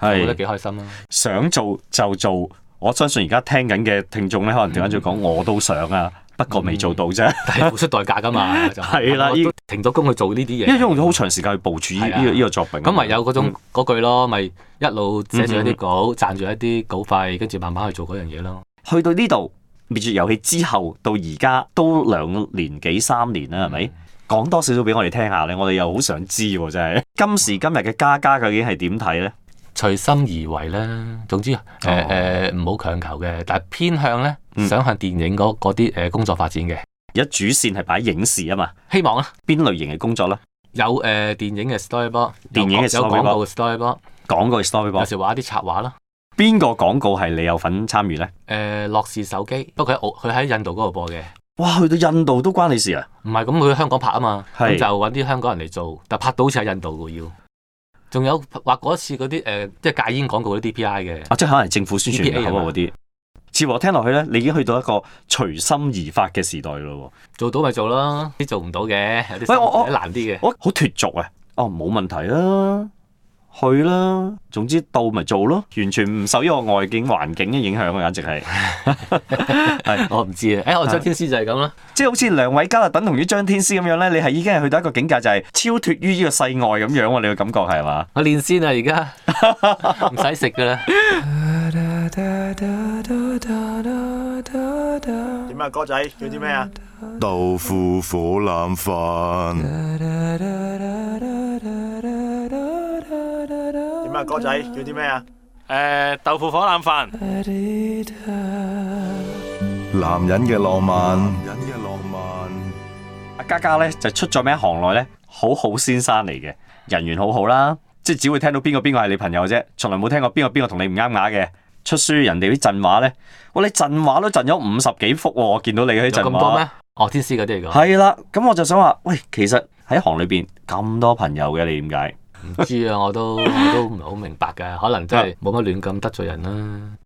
[SPEAKER 2] 我覺得
[SPEAKER 1] 係
[SPEAKER 2] 幾開心啦。啊
[SPEAKER 1] 想做就做。我相信而家聽緊嘅聽眾咧，可能調翻轉講，
[SPEAKER 2] 嗯
[SPEAKER 1] 我都想啊，不過未做到啫，
[SPEAKER 2] (laughs) 但係付出代價
[SPEAKER 1] (laughs)
[SPEAKER 2] 㗎嘛，就
[SPEAKER 1] 係啦
[SPEAKER 2] 我都停咗工去做呢啲嘢，
[SPEAKER 1] 因為用咗好長時間去部署呢
[SPEAKER 2] 係啊
[SPEAKER 1] 呢個呢個作品。
[SPEAKER 2] 咁唯有嗰種
[SPEAKER 1] 嗯
[SPEAKER 2] 嗰句咯，咪一路寫住一
[SPEAKER 1] 嗯嗯嗯
[SPEAKER 2] 啲稿，賺住一啲稿費，跟住慢慢去做嗰樣嘢咯。
[SPEAKER 1] 去到呢度滅絕遊戲之後，到而家都兩年幾三年啦，係
[SPEAKER 2] 嗯
[SPEAKER 1] 咪？講多少少俾我哋聽下咧，我哋又好想知喎，真
[SPEAKER 2] (laughs)
[SPEAKER 1] 係。今時今日嘅家家究竟係點睇咧？
[SPEAKER 2] 隨心而為啦，總
[SPEAKER 1] 哦
[SPEAKER 2] 之誒誒唔好強求嘅，但係偏向咧
[SPEAKER 1] 嗯
[SPEAKER 2] 想向電影嗰嗰啲呃誒工作發展嘅，
[SPEAKER 1] 而家主線係擺影視啊嘛，
[SPEAKER 2] 希望啦。
[SPEAKER 1] 邊類型嘅工作咧？
[SPEAKER 2] 有誒、呃、電影嘅 storyboard，有
[SPEAKER 1] 電影嘅
[SPEAKER 2] 有廣
[SPEAKER 1] storyboard
[SPEAKER 2] 告嘅 storyboard，
[SPEAKER 1] 廣告 story
[SPEAKER 2] 有
[SPEAKER 1] board，
[SPEAKER 2] 時畫一啲插畫啦。
[SPEAKER 1] 邊個廣告係你有份參與咧？
[SPEAKER 2] 誒、呃樂視手機，不過佢喺澳佢喺印度嗰度播嘅，
[SPEAKER 1] 哇，去到印度都關你事啊！
[SPEAKER 2] 唔係咁佢喺香港拍啊嘛，
[SPEAKER 1] 係
[SPEAKER 2] 咁就揾啲香港人嚟做，但拍到好似喺印度嘅要。仲有畫過一次嗰啲誒，即係戒煙廣告嗰啲 DPI 嘅，
[SPEAKER 1] 啊，即係可能政府宣傳口
[SPEAKER 2] EPA
[SPEAKER 1] 啊
[SPEAKER 2] 係嘛
[SPEAKER 1] 嗰啲。似乎我聽落去咧，你已經去到一個隨心而發嘅時代咯喎。
[SPEAKER 2] 做到咪做咯，啲做唔到嘅有啲
[SPEAKER 1] 喂我我
[SPEAKER 2] 有啲難啲嘅。
[SPEAKER 1] 我好脱俗啊！哦，冇問題啦，去啦，總之到咪做咯，完全唔受呢個外境環境嘅影響啊，簡直 (laughs) 係係
[SPEAKER 2] 我唔知 (laughs) 啊，誒、我張天師就係咁啦，
[SPEAKER 1] 即係好似梁偉嘉啊，等同於張天師咁樣咧，你係已經係去到一個境界，就係超脱於呢個世外咁樣喎，你嘅感覺係嘛？
[SPEAKER 2] 我練先啊，而家唔使食噶啦。
[SPEAKER 4] 點啊，哥仔要啲咩啊？
[SPEAKER 5] 豆腐火腩飯、
[SPEAKER 4] 點啊，哥仔要啲咩啊？
[SPEAKER 6] 誒豆腐火腩飯。
[SPEAKER 5] 男人嘅浪漫、男人嘅浪漫、
[SPEAKER 1] 阿嘉嘉咧就出咗咩行內咧，好好先生嚟嘅，人緣好好啦，即係只會聽到邊個邊個係你朋友啫，從來冇聽過邊個邊個同你唔啱牙嘅。出書人哋啲陣畫咧，哇！你陣畫都陣咗五十幾幅喎，我見到你嗰啲
[SPEAKER 2] 有
[SPEAKER 1] 陣畫。
[SPEAKER 2] 咁多咩？哦，天師嗰啲嚟講，
[SPEAKER 1] 係啦，咁我就想話，喂，其實喺行裏邊咁多朋友嘅，你點解？
[SPEAKER 2] 唔知啊，我都 (laughs) 我都唔係好明白嘅，可能真
[SPEAKER 1] 啊
[SPEAKER 2] 係冇乜亂咁得罪人啦。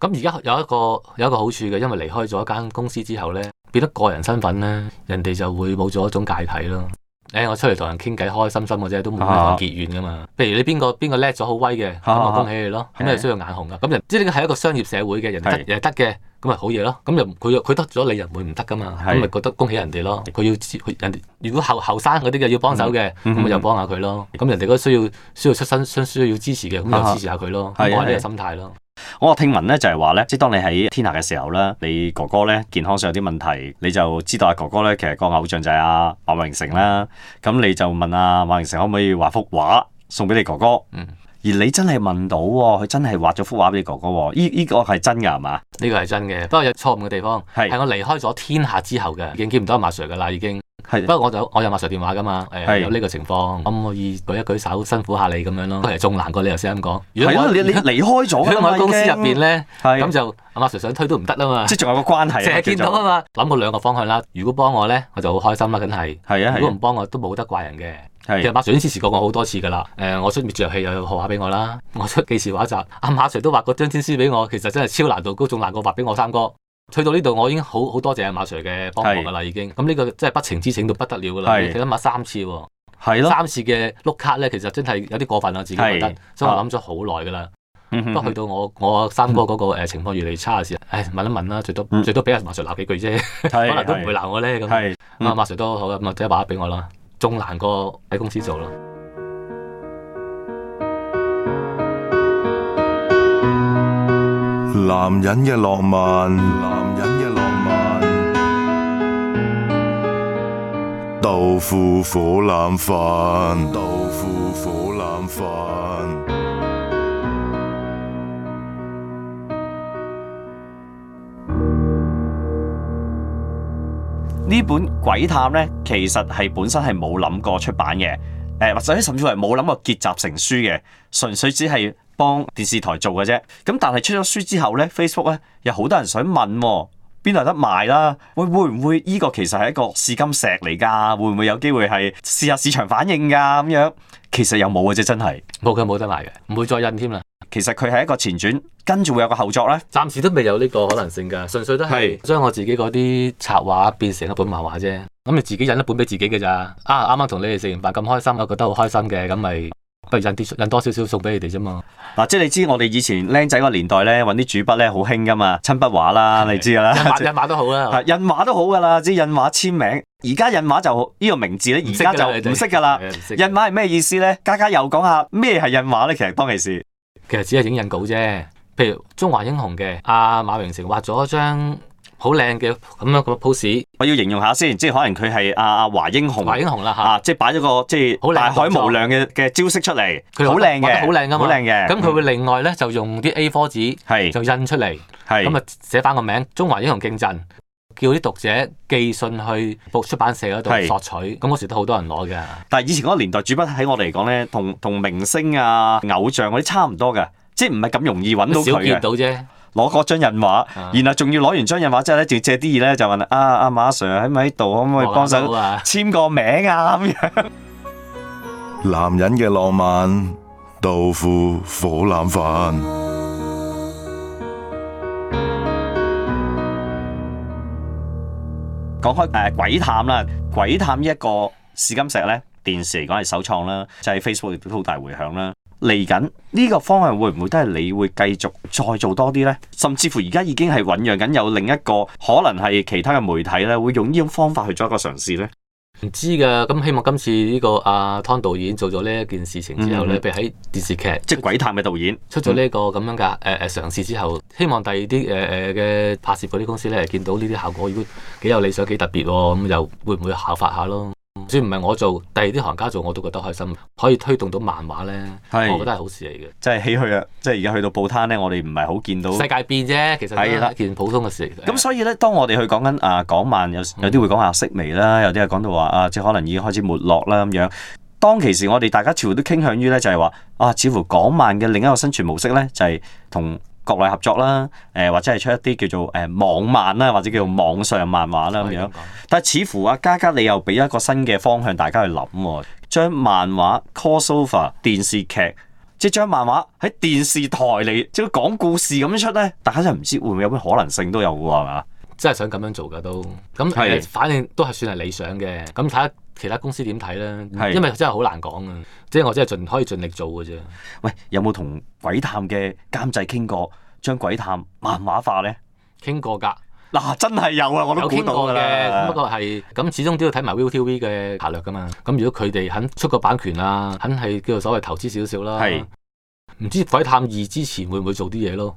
[SPEAKER 2] 咁而家有一個有一個好處嘅，因為離開咗一間公司之後呢，變得個人身份呢，人哋就會冇咗一種芥蒂咯。誒、我出嚟同人傾偈，開開心心嘅啫，都冇咩
[SPEAKER 1] 啊
[SPEAKER 2] 同人結怨噶嘛。譬如你邊個邊個叻咗好威嘅，咁
[SPEAKER 1] 啊
[SPEAKER 2] 我恭喜你咯。咁
[SPEAKER 1] 係
[SPEAKER 2] 你需要眼紅噶。咁人即係呢個係一個商業社會嘅，人得
[SPEAKER 1] 係
[SPEAKER 2] 人得嘅，咁咪好嘢咯。咁又佢又佢得咗你又唔會唔得噶嘛。
[SPEAKER 1] 係
[SPEAKER 2] 咁咪覺得恭喜人哋咯。佢要知佢人哋如果後後生嗰啲嘅要幫手嘅，
[SPEAKER 1] 嗯
[SPEAKER 2] 咁
[SPEAKER 1] 嗯
[SPEAKER 2] 咪又幫下佢咯。咁人哋都需要需要出身需需要支持嘅，咁
[SPEAKER 1] 啊
[SPEAKER 2] 又支持下佢咯。
[SPEAKER 1] 係
[SPEAKER 2] 咁
[SPEAKER 1] 啊
[SPEAKER 2] 我係呢
[SPEAKER 1] 係啊
[SPEAKER 2] 個心態咯。
[SPEAKER 1] 我聽聞咧就係話咧，即係當你喺天下嘅時候咧，你哥哥咧健康上有啲問題，你就知道阿哥哥咧其實個偶像就係阿馬榮成啦。咁你就問阿馬榮成可唔可以畫幅畫送俾你哥哥？
[SPEAKER 2] 嗯
[SPEAKER 1] 而你真係問到喎，佢真係畫咗幅畫俾你哥哥喎。依依個係真㗎係嘛？
[SPEAKER 2] 呢個係真嘅，不過有錯誤嘅地方
[SPEAKER 1] 係
[SPEAKER 2] 係我離開咗天下之後嘅，已經見唔到阿馬 Sir 噶啦，已經。不
[SPEAKER 1] 係
[SPEAKER 2] 過我就我有馬 Sir 電話噶嘛，誒、
[SPEAKER 1] 係
[SPEAKER 2] 有呢個情況，可唔可以舉一舉手，辛苦下你咁樣咯？其實仲難過你頭先咁講。如
[SPEAKER 1] 係
[SPEAKER 2] 果
[SPEAKER 1] 咯，
[SPEAKER 2] 我
[SPEAKER 1] 你你離開咗
[SPEAKER 2] 如
[SPEAKER 1] 㗎
[SPEAKER 2] 果我
[SPEAKER 1] 嘛
[SPEAKER 2] 喺公司入邊，咧，
[SPEAKER 1] 係
[SPEAKER 2] 咁就阿馬 Sir 想推都唔得啦嘛
[SPEAKER 1] 已經即，係仲有個關係啊。
[SPEAKER 2] 成日見到
[SPEAKER 1] 叫
[SPEAKER 2] 啊
[SPEAKER 1] 做
[SPEAKER 2] 嘛，諗過兩個方向啦。如果幫我咧，我就好開心啦，梗係。
[SPEAKER 1] 係啊
[SPEAKER 2] 如果
[SPEAKER 1] 係
[SPEAKER 2] 唔幫我都冇得怪人嘅。
[SPEAKER 1] 啊
[SPEAKER 2] 其實
[SPEAKER 1] 係
[SPEAKER 2] 馬 Sir 已經支持過我好多次㗎啦。誒、我出滅絕遊戲又有學畫俾我啦， (laughs) 我出記事畫集，阿馬 Sir 都畫過張天師俾我，其實真係超難度高，仲難過畫俾我三哥。去到呢度，我已經好好多謝阿馬 Sir 嘅幫忙㗎啦，已經。咁呢個真係不情之請到不得了㗎啦。
[SPEAKER 1] 係
[SPEAKER 2] 你睇下三次喎，
[SPEAKER 1] 係咯。
[SPEAKER 2] 三次嘅碌卡咧，其實真係有啲過分啦，啊自己覺得
[SPEAKER 1] 係，啊
[SPEAKER 2] 所以我諗咗好耐㗎啦。
[SPEAKER 1] 嗯
[SPEAKER 2] 不
[SPEAKER 1] 嗯
[SPEAKER 2] 過去到我我三哥嗰個誒情況越嚟越差嘅時候，唉問一問啦，最多
[SPEAKER 1] 嗯
[SPEAKER 2] 最多俾阿馬 Sir 鬧幾句啫，
[SPEAKER 1] 係
[SPEAKER 2] 可能都唔會鬧我咧咁。
[SPEAKER 1] 係。嗯
[SPEAKER 2] 啊，馬 Sir 都好啊，咁啊即係畫俾我啦，仲難過喺公司做咯。
[SPEAKER 5] 男人嘅浪漫、男人嘅浪漫、豆腐火腩飯、豆腐火腩飯。
[SPEAKER 1] 呢本《鬼探》呢，其實係本身係冇諗過出版嘅。誒、誒或者甚至乎係冇諗過結集成書嘅，純粹只係幫電視台做嘅啫。咁但係出咗書之後咧，Facebook 咧有好多人想問喎、邊度有得賣啦？會會唔會呢個其實係一個試金石嚟㗎？會唔會有機會係試下市場反應㗎咁樣？其實又冇嘅啫，真係。
[SPEAKER 2] 冇嘅冇得賣嘅，唔會再印添啦。
[SPEAKER 1] 其實佢係一個前傳，跟住會有個後作咧。
[SPEAKER 2] 暫時都未有呢個可能性㗎，純粹都係
[SPEAKER 1] 係
[SPEAKER 2] 將我自己嗰啲插畫變成一本漫畫啫。咁你自己印一本俾自己嘅咋？啊，啱啱同你哋食完飯咁開心，我覺得好開心嘅，咁咪不如印啲印多少少送俾你哋啫嘛。
[SPEAKER 1] 嗱，即係你知我哋以前僆仔個年代咧，揾啲主筆咧好興㗎嘛，親筆畫啦，你知㗎啦。
[SPEAKER 2] 印馬印馬都好
[SPEAKER 1] (laughs)
[SPEAKER 2] 啦
[SPEAKER 1] 啊，，印畫都好噶啦，即係印畫簽名。而家印畫就呢個名字咧，而
[SPEAKER 2] 唔識
[SPEAKER 1] 家
[SPEAKER 2] 㗎啦
[SPEAKER 1] 就唔識噶啦。
[SPEAKER 2] 係啊唔識
[SPEAKER 1] 印畫係咩意思咧？家家又講下咩係印畫咧？其實當其時
[SPEAKER 2] 其實只係影印稿啫。譬如《中華英雄》嘅阿馬榮成畫咗張好靚嘅咁樣個 pose，
[SPEAKER 1] 我要形容下先，即係可能佢係阿阿華英雄
[SPEAKER 2] 華英雄啦嚇
[SPEAKER 1] 啊，。即係擺咗個即
[SPEAKER 2] 好靚
[SPEAKER 1] 係大海
[SPEAKER 2] 動作
[SPEAKER 1] 無量嘅嘅招式出嚟，
[SPEAKER 2] 佢
[SPEAKER 1] 好
[SPEAKER 2] 畫得
[SPEAKER 1] 靚
[SPEAKER 2] 畫得
[SPEAKER 1] 嘅，
[SPEAKER 2] 好靚啊噶嘛，
[SPEAKER 1] 好靚嘅。
[SPEAKER 2] 咁佢會另外咧就用啲 A4 紙
[SPEAKER 1] 係
[SPEAKER 2] 就印出嚟，
[SPEAKER 1] 係
[SPEAKER 2] 咁啊寫翻個名《中華英雄競陣》，叫啲讀者寄信去報出版社嗰
[SPEAKER 1] 係
[SPEAKER 2] 度索取。咁嗰時都好多人攞嘅，
[SPEAKER 1] 但係以前嗰個年代，主筆喺我嚟講咧，同同明星啊、偶像嗰啲差唔多嘅，即係唔係咁容易揾到
[SPEAKER 2] 少
[SPEAKER 1] 佢嘅
[SPEAKER 2] 見。到啫。
[SPEAKER 1] 攞嗰張印畫，
[SPEAKER 2] 啊
[SPEAKER 1] 然後仲要攞完張印畫之後咧，仲要借啲嘢咧就問啊阿馬 Sir 喺唔喺度，可唔可以幫
[SPEAKER 2] 望下
[SPEAKER 1] 手
[SPEAKER 2] 到啊
[SPEAKER 1] 簽個名啊咁樣？
[SPEAKER 5] 男人嘅浪漫，豆腐火腩飯。
[SPEAKER 1] 講開誒鬼探啦，鬼探呢一個試金石咧，電視嚟講係首創啦，就係 Facebook 亦都好大迴響啦。嚟緊呢個方向會唔會都係你會繼續再做多啲呢？甚至乎而家已經係醖釀緊有另一個可能係其他嘅媒體咧，會用呢種方法去做一個嘗試呢。
[SPEAKER 2] 唔知㗎，咁希望今次呢個阿湯導演做咗呢一件事情之後咧，
[SPEAKER 1] 嗯
[SPEAKER 2] 譬如喺電視劇
[SPEAKER 1] 即係鬼探嘅導演，
[SPEAKER 2] 出咗呢個咁樣嘅誒誒嘗試之後，希望第二啲誒誒嘅拍攝嗰啲公司咧，見到呢啲效果，如果幾有理想、幾特別喎，咁又會唔會效法下咯？雖然唔係我做，第二啲行家做，我都覺得開心，可以推動到漫畫咧，
[SPEAKER 1] 係
[SPEAKER 2] 我覺得係好事嚟
[SPEAKER 1] 真係唏噓啊！即係而家去到報攤呢，我哋唔係好見到
[SPEAKER 2] 嘅。世界變啫，其
[SPEAKER 1] 係
[SPEAKER 2] 實都
[SPEAKER 1] 啦
[SPEAKER 2] 係一啊件普通嘅事嚟嘅。
[SPEAKER 1] 咁所以咧，當我哋去講緊啊港漫，有有啲會講下式微啦，有啲係講到話啊，即係可能已經開始沒落啦咁樣。當其時，我哋大家似乎都傾向於咧，就係話啊，似乎港漫嘅另一個生存模式咧，就係同國內合作啦，誒、或者係出一啲叫做誒、網漫啦，或者叫做網上漫畫啦咁樣。但係似乎啊，嘉嘉你又俾一個新嘅方向大家去諗喎，將漫畫 crossover 電視劇，即係將漫畫喺電視台嚟即係講故事咁樣出咧，大家真係唔知會唔會有咩可能性都有喎，係嘛？
[SPEAKER 2] 真係想咁樣做㗎都，咁誒、
[SPEAKER 1] 係
[SPEAKER 2] 反正都係算係理想嘅。咁睇下其他公司點睇啦，
[SPEAKER 1] 係
[SPEAKER 2] 因為真係好難講啊。即係我真係盡可以盡力做嘅啫。
[SPEAKER 1] 喂，有冇同鬼探嘅監製傾過將鬼探漫畫化咧？
[SPEAKER 2] 傾過㗎。
[SPEAKER 1] 嗱、真係有啊，我都
[SPEAKER 2] 有
[SPEAKER 1] 估
[SPEAKER 2] 傾
[SPEAKER 1] 到
[SPEAKER 2] 過
[SPEAKER 1] 㗎
[SPEAKER 2] 嘅，咁不
[SPEAKER 1] 啦。
[SPEAKER 2] 過係咁，始終都要睇埋 ViuTV 嘅策略噶嘛。咁如果佢哋肯出個版權啊，肯係叫做所謂投資少少啦，
[SPEAKER 1] 係
[SPEAKER 2] 唔知《鬼探二》之前會唔會做啲嘢咯？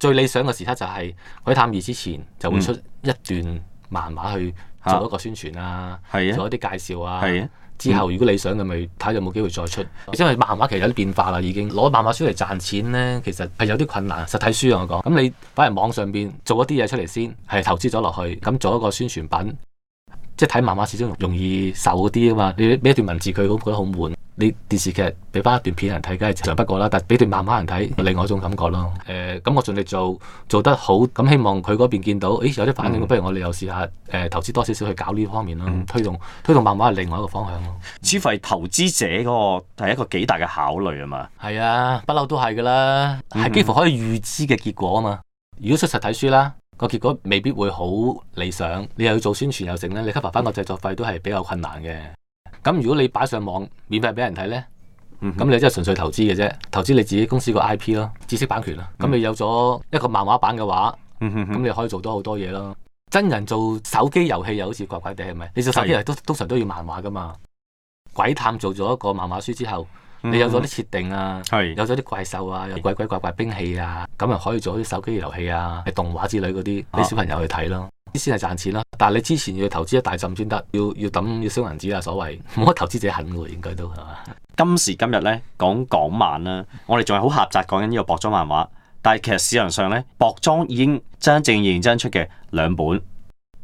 [SPEAKER 2] 最理想嘅時刻就係《鬼探二》之前就會
[SPEAKER 1] 嗯
[SPEAKER 2] 出一段漫畫去做一個宣傳啊，
[SPEAKER 1] 係啊
[SPEAKER 2] 做一啲介紹啊。
[SPEAKER 1] 係啊，
[SPEAKER 2] 之後如果理想嘅咪睇下有冇機會再出，因為漫畫其實有啲變化啦，已經攞漫畫書嚟賺錢呢，其實係有啲困難。實體書啊，我講，咁你反而網上邊做一啲嘢出嚟先，係投資咗落去，咁做一個宣傳品，即係睇漫畫始終容易受啲啊嘛。你俾一段文字佢，好覺得好悶。你電視劇俾翻一段片人睇，梗係正常不過啦。但係俾段漫畫人睇，另外一種感覺咯。誒、咁我盡力做，做得好，咁希望佢嗰邊見到，誒有啲反應，不如我哋又試下誒、投資多少少去搞呢方面咯，推動推動漫畫係另外一個方向咯。
[SPEAKER 1] 似乎係投資者嗰個係一個幾大嘅考慮啊嘛。
[SPEAKER 2] 係啊，不嬲都係噶啦，係幾乎可以預知嘅結果啊嘛。如果出實體書啦，個結果未必會好理想，你又要做宣傳又剩咧，你 cover 翻個製作費都係比較困難嘅。咁如果你擺上網免費俾人睇咧，
[SPEAKER 1] 嗯
[SPEAKER 2] 咁你真係純粹投資嘅啫，投資你自己公司個 IP 咯，知識版權啦。咁你有咗一個漫畫版嘅話，咁
[SPEAKER 1] 咁
[SPEAKER 2] 你可以做多好多嘢咯。真人做手機遊戲又好似怪怪地係咪？你做手機遊戲都通常都要漫畫噶嘛。鬼探做咗一個漫畫書之後，
[SPEAKER 1] 嗯
[SPEAKER 2] 你有咗啲設定啊。
[SPEAKER 1] 係
[SPEAKER 2] 有咗啲怪獸啊，有鬼鬼怪怪兵器啊，咁又可以做啲手機遊戲啊、動畫之類嗰啲俾小朋友去睇咯。呢先係賺錢啦，但係你之前要投資一大浸先得，要要抌要燒銀紙啊，所謂 (laughs) 冇乜投資者肯喎，應該都係嘛？
[SPEAKER 1] 今時今日咧講港漫啦，我哋仲係好狹窄講緊呢個薄裝漫畫，但係其實市場上咧薄裝已經真真正認真出嘅兩本。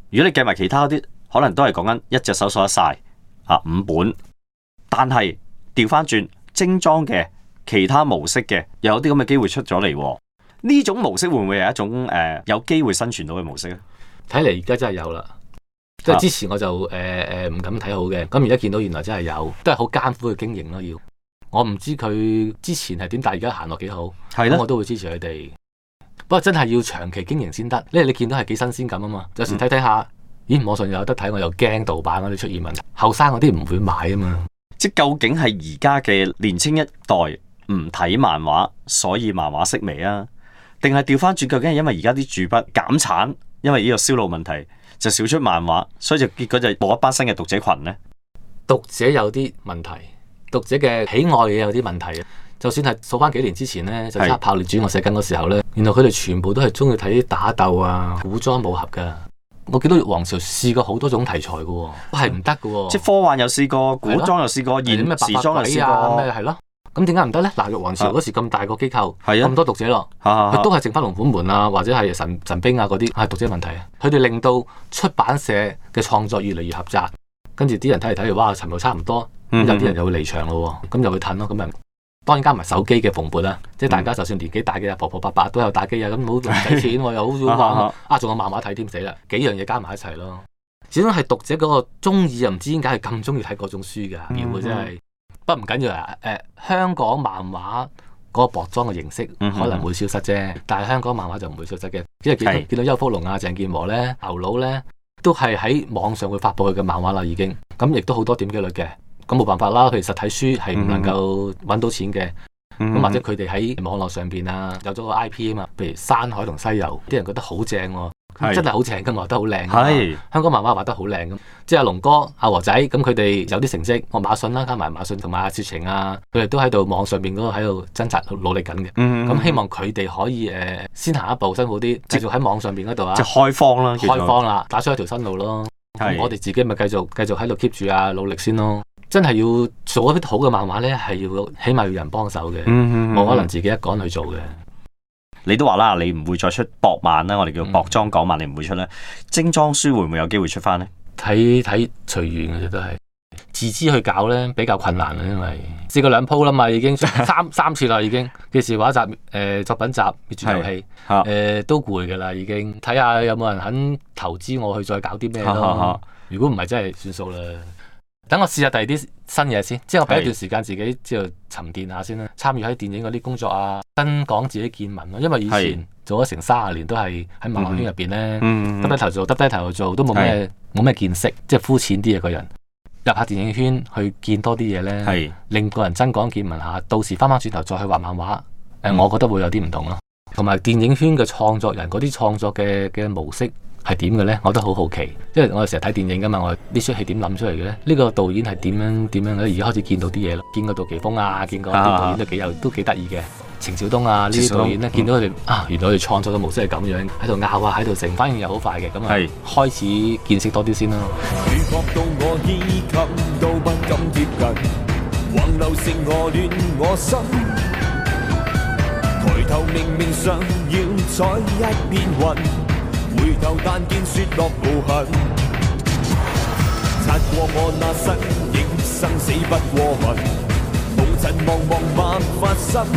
[SPEAKER 1] 如果你計埋其他嗰啲，可能都係講緊一隻手數得晒啊五本，但係調翻轉精裝嘅其他模式嘅，又有啲咁嘅機會出咗嚟喎。呢種模式會唔會係一種誒、呃有機會生存到嘅模式咧？
[SPEAKER 2] 睇嚟而家真係有啦。即係之前我就誒誒唔敢睇好嘅，咁而家見到原來真係有，都係好艱苦嘅經營咯。要我唔知佢之前係點，但係而家行落幾好，
[SPEAKER 1] 係
[SPEAKER 2] 咁
[SPEAKER 1] 啦
[SPEAKER 2] 我，都會支持佢哋。不過真係要長期經營先得，因為你見到係幾新鮮感啊嘛。有時
[SPEAKER 1] 嗯
[SPEAKER 2] 睇睇下，咦網上有得睇，我又驚盜版嗰啲出現問題，後生嗰啲唔會買啊嘛。
[SPEAKER 1] 即究竟係而家嘅年青一代唔睇漫畫，所以漫畫式微啊？定係調翻轉，究竟係因為而家啲主筆減產，因為呢個銷路問題就少出漫畫，所以就結果就冇一班新嘅讀者群呢？
[SPEAKER 2] 讀者有啲問題，讀者嘅喜愛嘢有啲問題。啊就算係數翻幾年之前呢，就
[SPEAKER 1] 係
[SPEAKER 2] 《炮烈主》我寫緊嗰時候呢，原來佢哋全部都係中意睇打鬥啊、古裝武俠噶。我見到皇朝試過好多種題材嘅喎，
[SPEAKER 1] 嗯
[SPEAKER 2] 係唔得嘅喎。
[SPEAKER 1] 即科幻又試過，古裝又試過，現
[SPEAKER 2] 哦係咩白
[SPEAKER 1] 時裝又
[SPEAKER 2] 髮鬼
[SPEAKER 1] 試
[SPEAKER 2] 啊
[SPEAKER 1] 過啊
[SPEAKER 2] 咩，係咯？咁點解唔得呢？嗱，玉皇朝嗰時咁大個機構，
[SPEAKER 1] 係啊
[SPEAKER 2] 咁多讀者咯，
[SPEAKER 1] 嚇嚇嚇
[SPEAKER 2] (laughs) 佢都係剩翻龍虎門啊，或者係神神兵啊嗰啲係讀者問題啊。佢哋令到出版社嘅創作越嚟越狹窄，跟住啲人睇嚟睇去，哇，尋路差唔多。咁
[SPEAKER 1] 嗯
[SPEAKER 2] 有啲人又會離場咯喎，咁就會褪咯，咁咪當然加埋手機嘅蓬勃啦，即係大
[SPEAKER 1] 嗯
[SPEAKER 2] 家就算年紀大嘅啊，婆婆伯伯都有打機啊，咁好唔使錢
[SPEAKER 1] (laughs)
[SPEAKER 2] 喎，又好少玩啊，仲有漫畫睇添，死啦，幾樣嘢加埋一齊咯。始終係讀者嗰個中意，又唔知點解係咁中意睇嗰種書㗎，
[SPEAKER 1] 嗯
[SPEAKER 2] 要嘅真係。不過唔緊要啊，誒、香港漫畫嗰個薄裝嘅形式
[SPEAKER 1] 嗯哼
[SPEAKER 2] 可能會消失啫，但係香港漫畫就唔會消失嘅，因為見到
[SPEAKER 1] 係
[SPEAKER 2] 見到邱福龍啊、鄭健和咧、牛佬咧，都係喺網上會發布佢嘅漫畫啦，已經咁亦都好多點擊率嘅。咁冇辦法啦，佢實體書係唔能夠揾到錢嘅，咁、
[SPEAKER 1] 嗯
[SPEAKER 2] 或者佢哋喺網絡上邊啊，有咗個 IP 啊嘛，譬如《山海》同《西遊》，啲人覺得好正喎，
[SPEAKER 1] 係
[SPEAKER 2] 咁真係好正㗎嘛，畫得好靚㗎嘛，
[SPEAKER 1] 係
[SPEAKER 2] 香港漫畫畫得好靚咁，即係阿龍哥、阿和仔咁，佢哋有啲成績，我馬信啦，加埋馬信同埋阿薛晴啊，佢哋都喺度網上邊嗰度喺度掙扎努力緊嘅，咁、
[SPEAKER 1] 嗯
[SPEAKER 2] 希望佢哋可以誒、呃先行一步辛苦啲，繼續喺網上邊嗰度啊
[SPEAKER 1] 即係開荒啦，叫做
[SPEAKER 2] 開荒啦，打出一條新路咯。咁
[SPEAKER 1] 係
[SPEAKER 2] 我哋自己咪繼續繼續喺度 keep 住啊，努力先咯。真係要做一啲好嘅漫畫咧，係要起碼要人幫手嘅，冇、
[SPEAKER 1] 嗯嗯嗯
[SPEAKER 2] 可能自己一個人去做嘅。
[SPEAKER 1] 你都話啦，你唔會再出薄漫啦，我哋叫薄裝港漫，你唔會出啦。精裝書會唔會有機會出翻呢？
[SPEAKER 2] 睇睇隨緣嘅啫，都係自資去搞咧比較困難啊，因為試過兩鋪啦嘛，已經三三次啦已經。嘅時畫集誒、呃作品集滅絕遊戲
[SPEAKER 1] 嚇
[SPEAKER 2] 誒、呃都攰噶啦，已經睇下有冇人肯投資我去再搞啲咩
[SPEAKER 1] 嚇嚇嚇
[SPEAKER 2] 咯。如果唔係真係算數啦。等我試下第二啲新嘢先，即係我俾
[SPEAKER 1] 係
[SPEAKER 2] 一段時間自己之後沉澱下先啦。參與喺電影嗰啲工作啊，增廣自己見聞咯。因為以
[SPEAKER 1] 係
[SPEAKER 2] 前做咗成三十年都係喺漫畫圈入邊咧。
[SPEAKER 1] 嗯
[SPEAKER 2] 耷低頭做，耷低頭做，都冇咩冇咩見識，即係膚淺啲嘅個人。入下電影圈去見多啲嘢咧，
[SPEAKER 1] 係
[SPEAKER 2] 令個人增廣見聞下，到時翻返轉頭再去畫漫畫，誒、我覺得會有啲唔同咯。同埋電影圈嘅創作人嗰啲創作嘅嘅模式係點嘅咧，我都好好奇，因為我哋成日睇電影噶嘛，我呢出戲點諗出嚟嘅咧？呢、個導演係點樣點樣嘅咧？而家開始見到啲嘢啦，見過杜琪峰啊，見過啲導演都幾有都幾得意嘅。程小東啊，呢
[SPEAKER 1] 程
[SPEAKER 2] 啲
[SPEAKER 1] 小東
[SPEAKER 2] 導演咧，見到佢哋啊，原來佢哋創作嘅模式係咁樣，喺度拗啊，喺度成，反應又好快嘅，咁啊
[SPEAKER 1] 係，
[SPEAKER 2] 開始見識多啲先啦。
[SPEAKER 7] 乳覺到我衣襟都不敢貼近，橫流成河亂我心。抬頭明明想要採一片雲，回頭但見雪落無痕。擦過我那身影，生死不過問，無塵茫茫萬法生。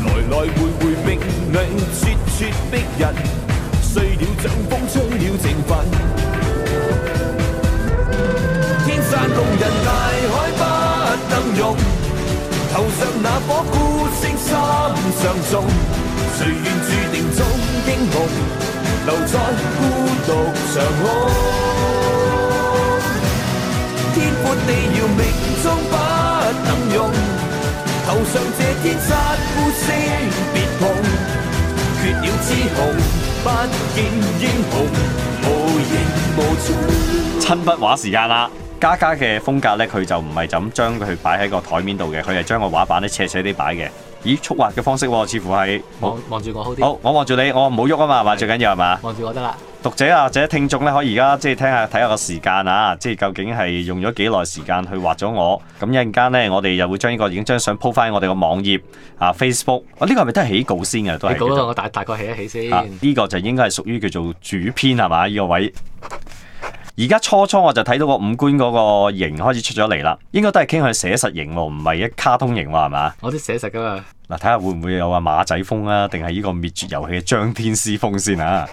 [SPEAKER 7] 來來回回命裏咄咄逼人，碎了掌風，吹了情份。天山共人大海不能容，頭上那顆孤星心上中，誰願注定中英雄，留在孤獨長空。天闊地遙，命中不能容，頭上這天煞孤星別碰，缺了雌雄，不見英雄，無形無蹤。
[SPEAKER 1] 親筆畫時間啦。嘉嘉嘅風格咧，佢就唔係就咁將佢擺喺個台面度嘅，佢係將個畫板咧斜斜啲擺嘅。咦，速畫嘅方式喎，似乎係
[SPEAKER 2] 望望住我好啲，
[SPEAKER 1] 好，我望住你，我唔好喐啊嘛，係嘛？最緊要係嘛？
[SPEAKER 2] 望住我得啦。
[SPEAKER 1] 讀者啊或者聽眾咧，可以而家即係聽下睇下個時間啊，即係究竟係用咗幾耐時間去畫咗我。咁一陣間咧，我哋又會將呢個影張相 po 翻喺我哋個網頁啊 Facebook。啊，呢、個係咪都係起稿先嘅？都
[SPEAKER 2] 你
[SPEAKER 1] 係
[SPEAKER 2] 講啦，我
[SPEAKER 1] 啊
[SPEAKER 2] 大大概起一起先。
[SPEAKER 1] 啊，呢、個就應該係屬於叫做主編係嘛？呢、個位而家初初我就睇到個五官嗰個型開始出咗嚟啦，應該都係傾向寫實型喎，唔係一卡通型喎，係嘛？
[SPEAKER 2] 我啲寫實噶嘛，
[SPEAKER 1] 嗱，睇下會唔會有啊馬仔風啊，定係呢個滅絕遊戲嘅張天師風先啊！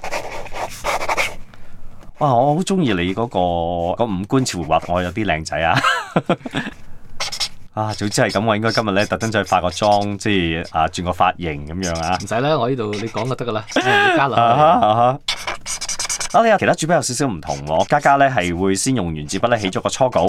[SPEAKER 1] 哇，我好中意你嗰、個個五官似乎畫我有啲靚仔啊！ (laughs) 啊，早知係咁，我應該今日咧特登走去化個妝，即係啊轉個髮型咁樣啊！
[SPEAKER 2] 唔使啦，
[SPEAKER 1] (laughs)
[SPEAKER 2] 我呢度你講就得噶啦，我唔加落
[SPEAKER 1] 啊哈
[SPEAKER 2] 去。
[SPEAKER 1] 啊哈！啊，你有其他主筆有少少唔同喎，嘉嘉咧係會先用原子筆咧起咗個初稿，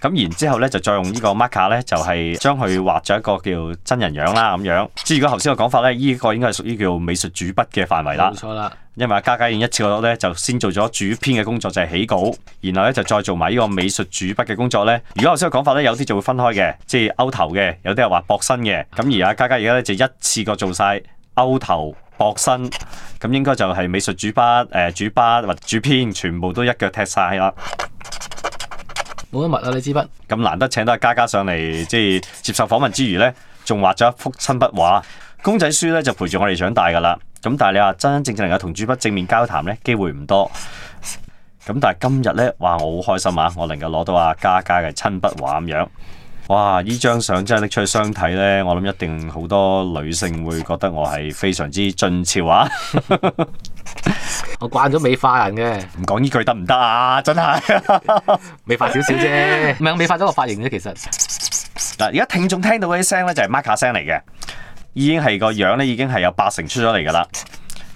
[SPEAKER 1] 咁然之後咧就再用呢個 marker 咧就係、將佢畫咗一個叫真人樣啦咁樣。即係如果頭先嘅講法咧，呢、個應該係屬於叫美術主筆嘅範圍啦
[SPEAKER 2] 冇，錯啦，
[SPEAKER 1] 因為阿嘉嘉已經一次過咧就先做咗主編嘅工作就係、起稿，然後咧就再做埋呢個美術主筆嘅工作咧。如果頭先嘅講法咧，有啲就會分開嘅，即係勾頭嘅，有啲係畫薄身嘅。咁而阿嘉嘉而家咧就一次過做晒勾頭。薄身咁應該就係美術主筆、誒、主筆或者主編，全部都一腳踢晒啦。
[SPEAKER 2] 冇乜物啊，你支筆。
[SPEAKER 1] 咁難得請到阿嘉嘉上嚟，即係接受訪問之餘呢，仲畫咗一幅親筆畫。公仔書呢就陪住我哋長大噶啦。咁但係你話真真正正能夠同主筆正面交談呢，機會唔多。咁但係今日呢，哇！我好開心啊，我能夠攞到阿嘉嘉嘅親筆畫咁樣。哇！呢張相真係拎出去相睇呢，我諗一定好多女性會覺得我係非常之俊俏啊！
[SPEAKER 2] 我慣咗美化人嘅，
[SPEAKER 1] 唔講呢句得唔得啊？真係。
[SPEAKER 2] 美化
[SPEAKER 1] (laughs)
[SPEAKER 2] 少少啫，唔係我美化咗個髮型啫，其實
[SPEAKER 1] 嗱，而家聽眾聽到嗰啲聲咧就係 mark 下聲嚟嘅，已經係個樣咧已經係有八成出咗嚟噶啦。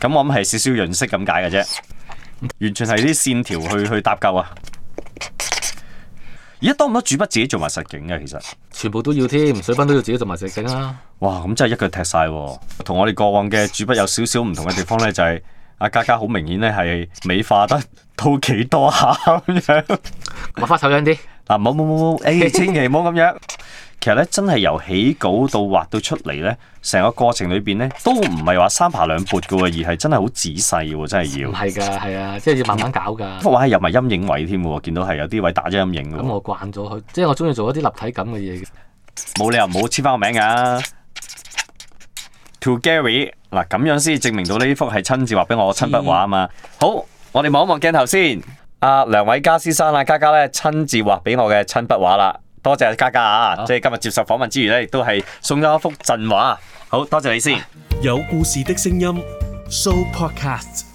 [SPEAKER 1] 咁我諗係少少潤色咁解嘅啫，完全係啲線條去去搭救啊！而家多唔多主筆自己做埋實景嘅其實？
[SPEAKER 2] 全部都要添，水筆都要自己做埋石景啦。
[SPEAKER 1] 哇！咁真係一腳踢晒喎。同我哋過往嘅主筆有少少唔同嘅地方咧，就係、阿嘉嘉好明顯咧係美化得都幾多下咁樣。
[SPEAKER 2] 畫花醜樣啲，
[SPEAKER 1] 嗱，啊冇冇冇冇，誒，千祈唔好咁樣。 (laughs) 其實咧，真係由起稿到畫到出嚟咧，成個過程裏邊咧，都唔係話三扒兩撥嘅喎，而係真係好仔細喎，真係要
[SPEAKER 2] 唔。係㗎，係啊，即係要慢慢搞
[SPEAKER 1] (laughs)
[SPEAKER 2] 㗎。
[SPEAKER 1] 幅畫係入埋陰影位添喎，見到係有啲位打咗陰影嘅
[SPEAKER 2] 咁
[SPEAKER 1] 喎，
[SPEAKER 2] 我慣咗佢，即係我中意做一啲立體感嘅嘢。
[SPEAKER 1] 冇理由冇簽翻個名㗎。To Gary，嗱咁樣先證明到呢幅係親自畫俾我親筆畫啊嘛。好，我哋望一望鏡頭先。阿梁偉嘉先生啊，嘉嘉咧親自畫俾我嘅親筆畫啦，多謝嘉嘉啊！即係今日接受訪問之餘咧，亦都係送咗一幅贈畫。好多謝你先。
[SPEAKER 8] 有故事的聲音，Show Podcast。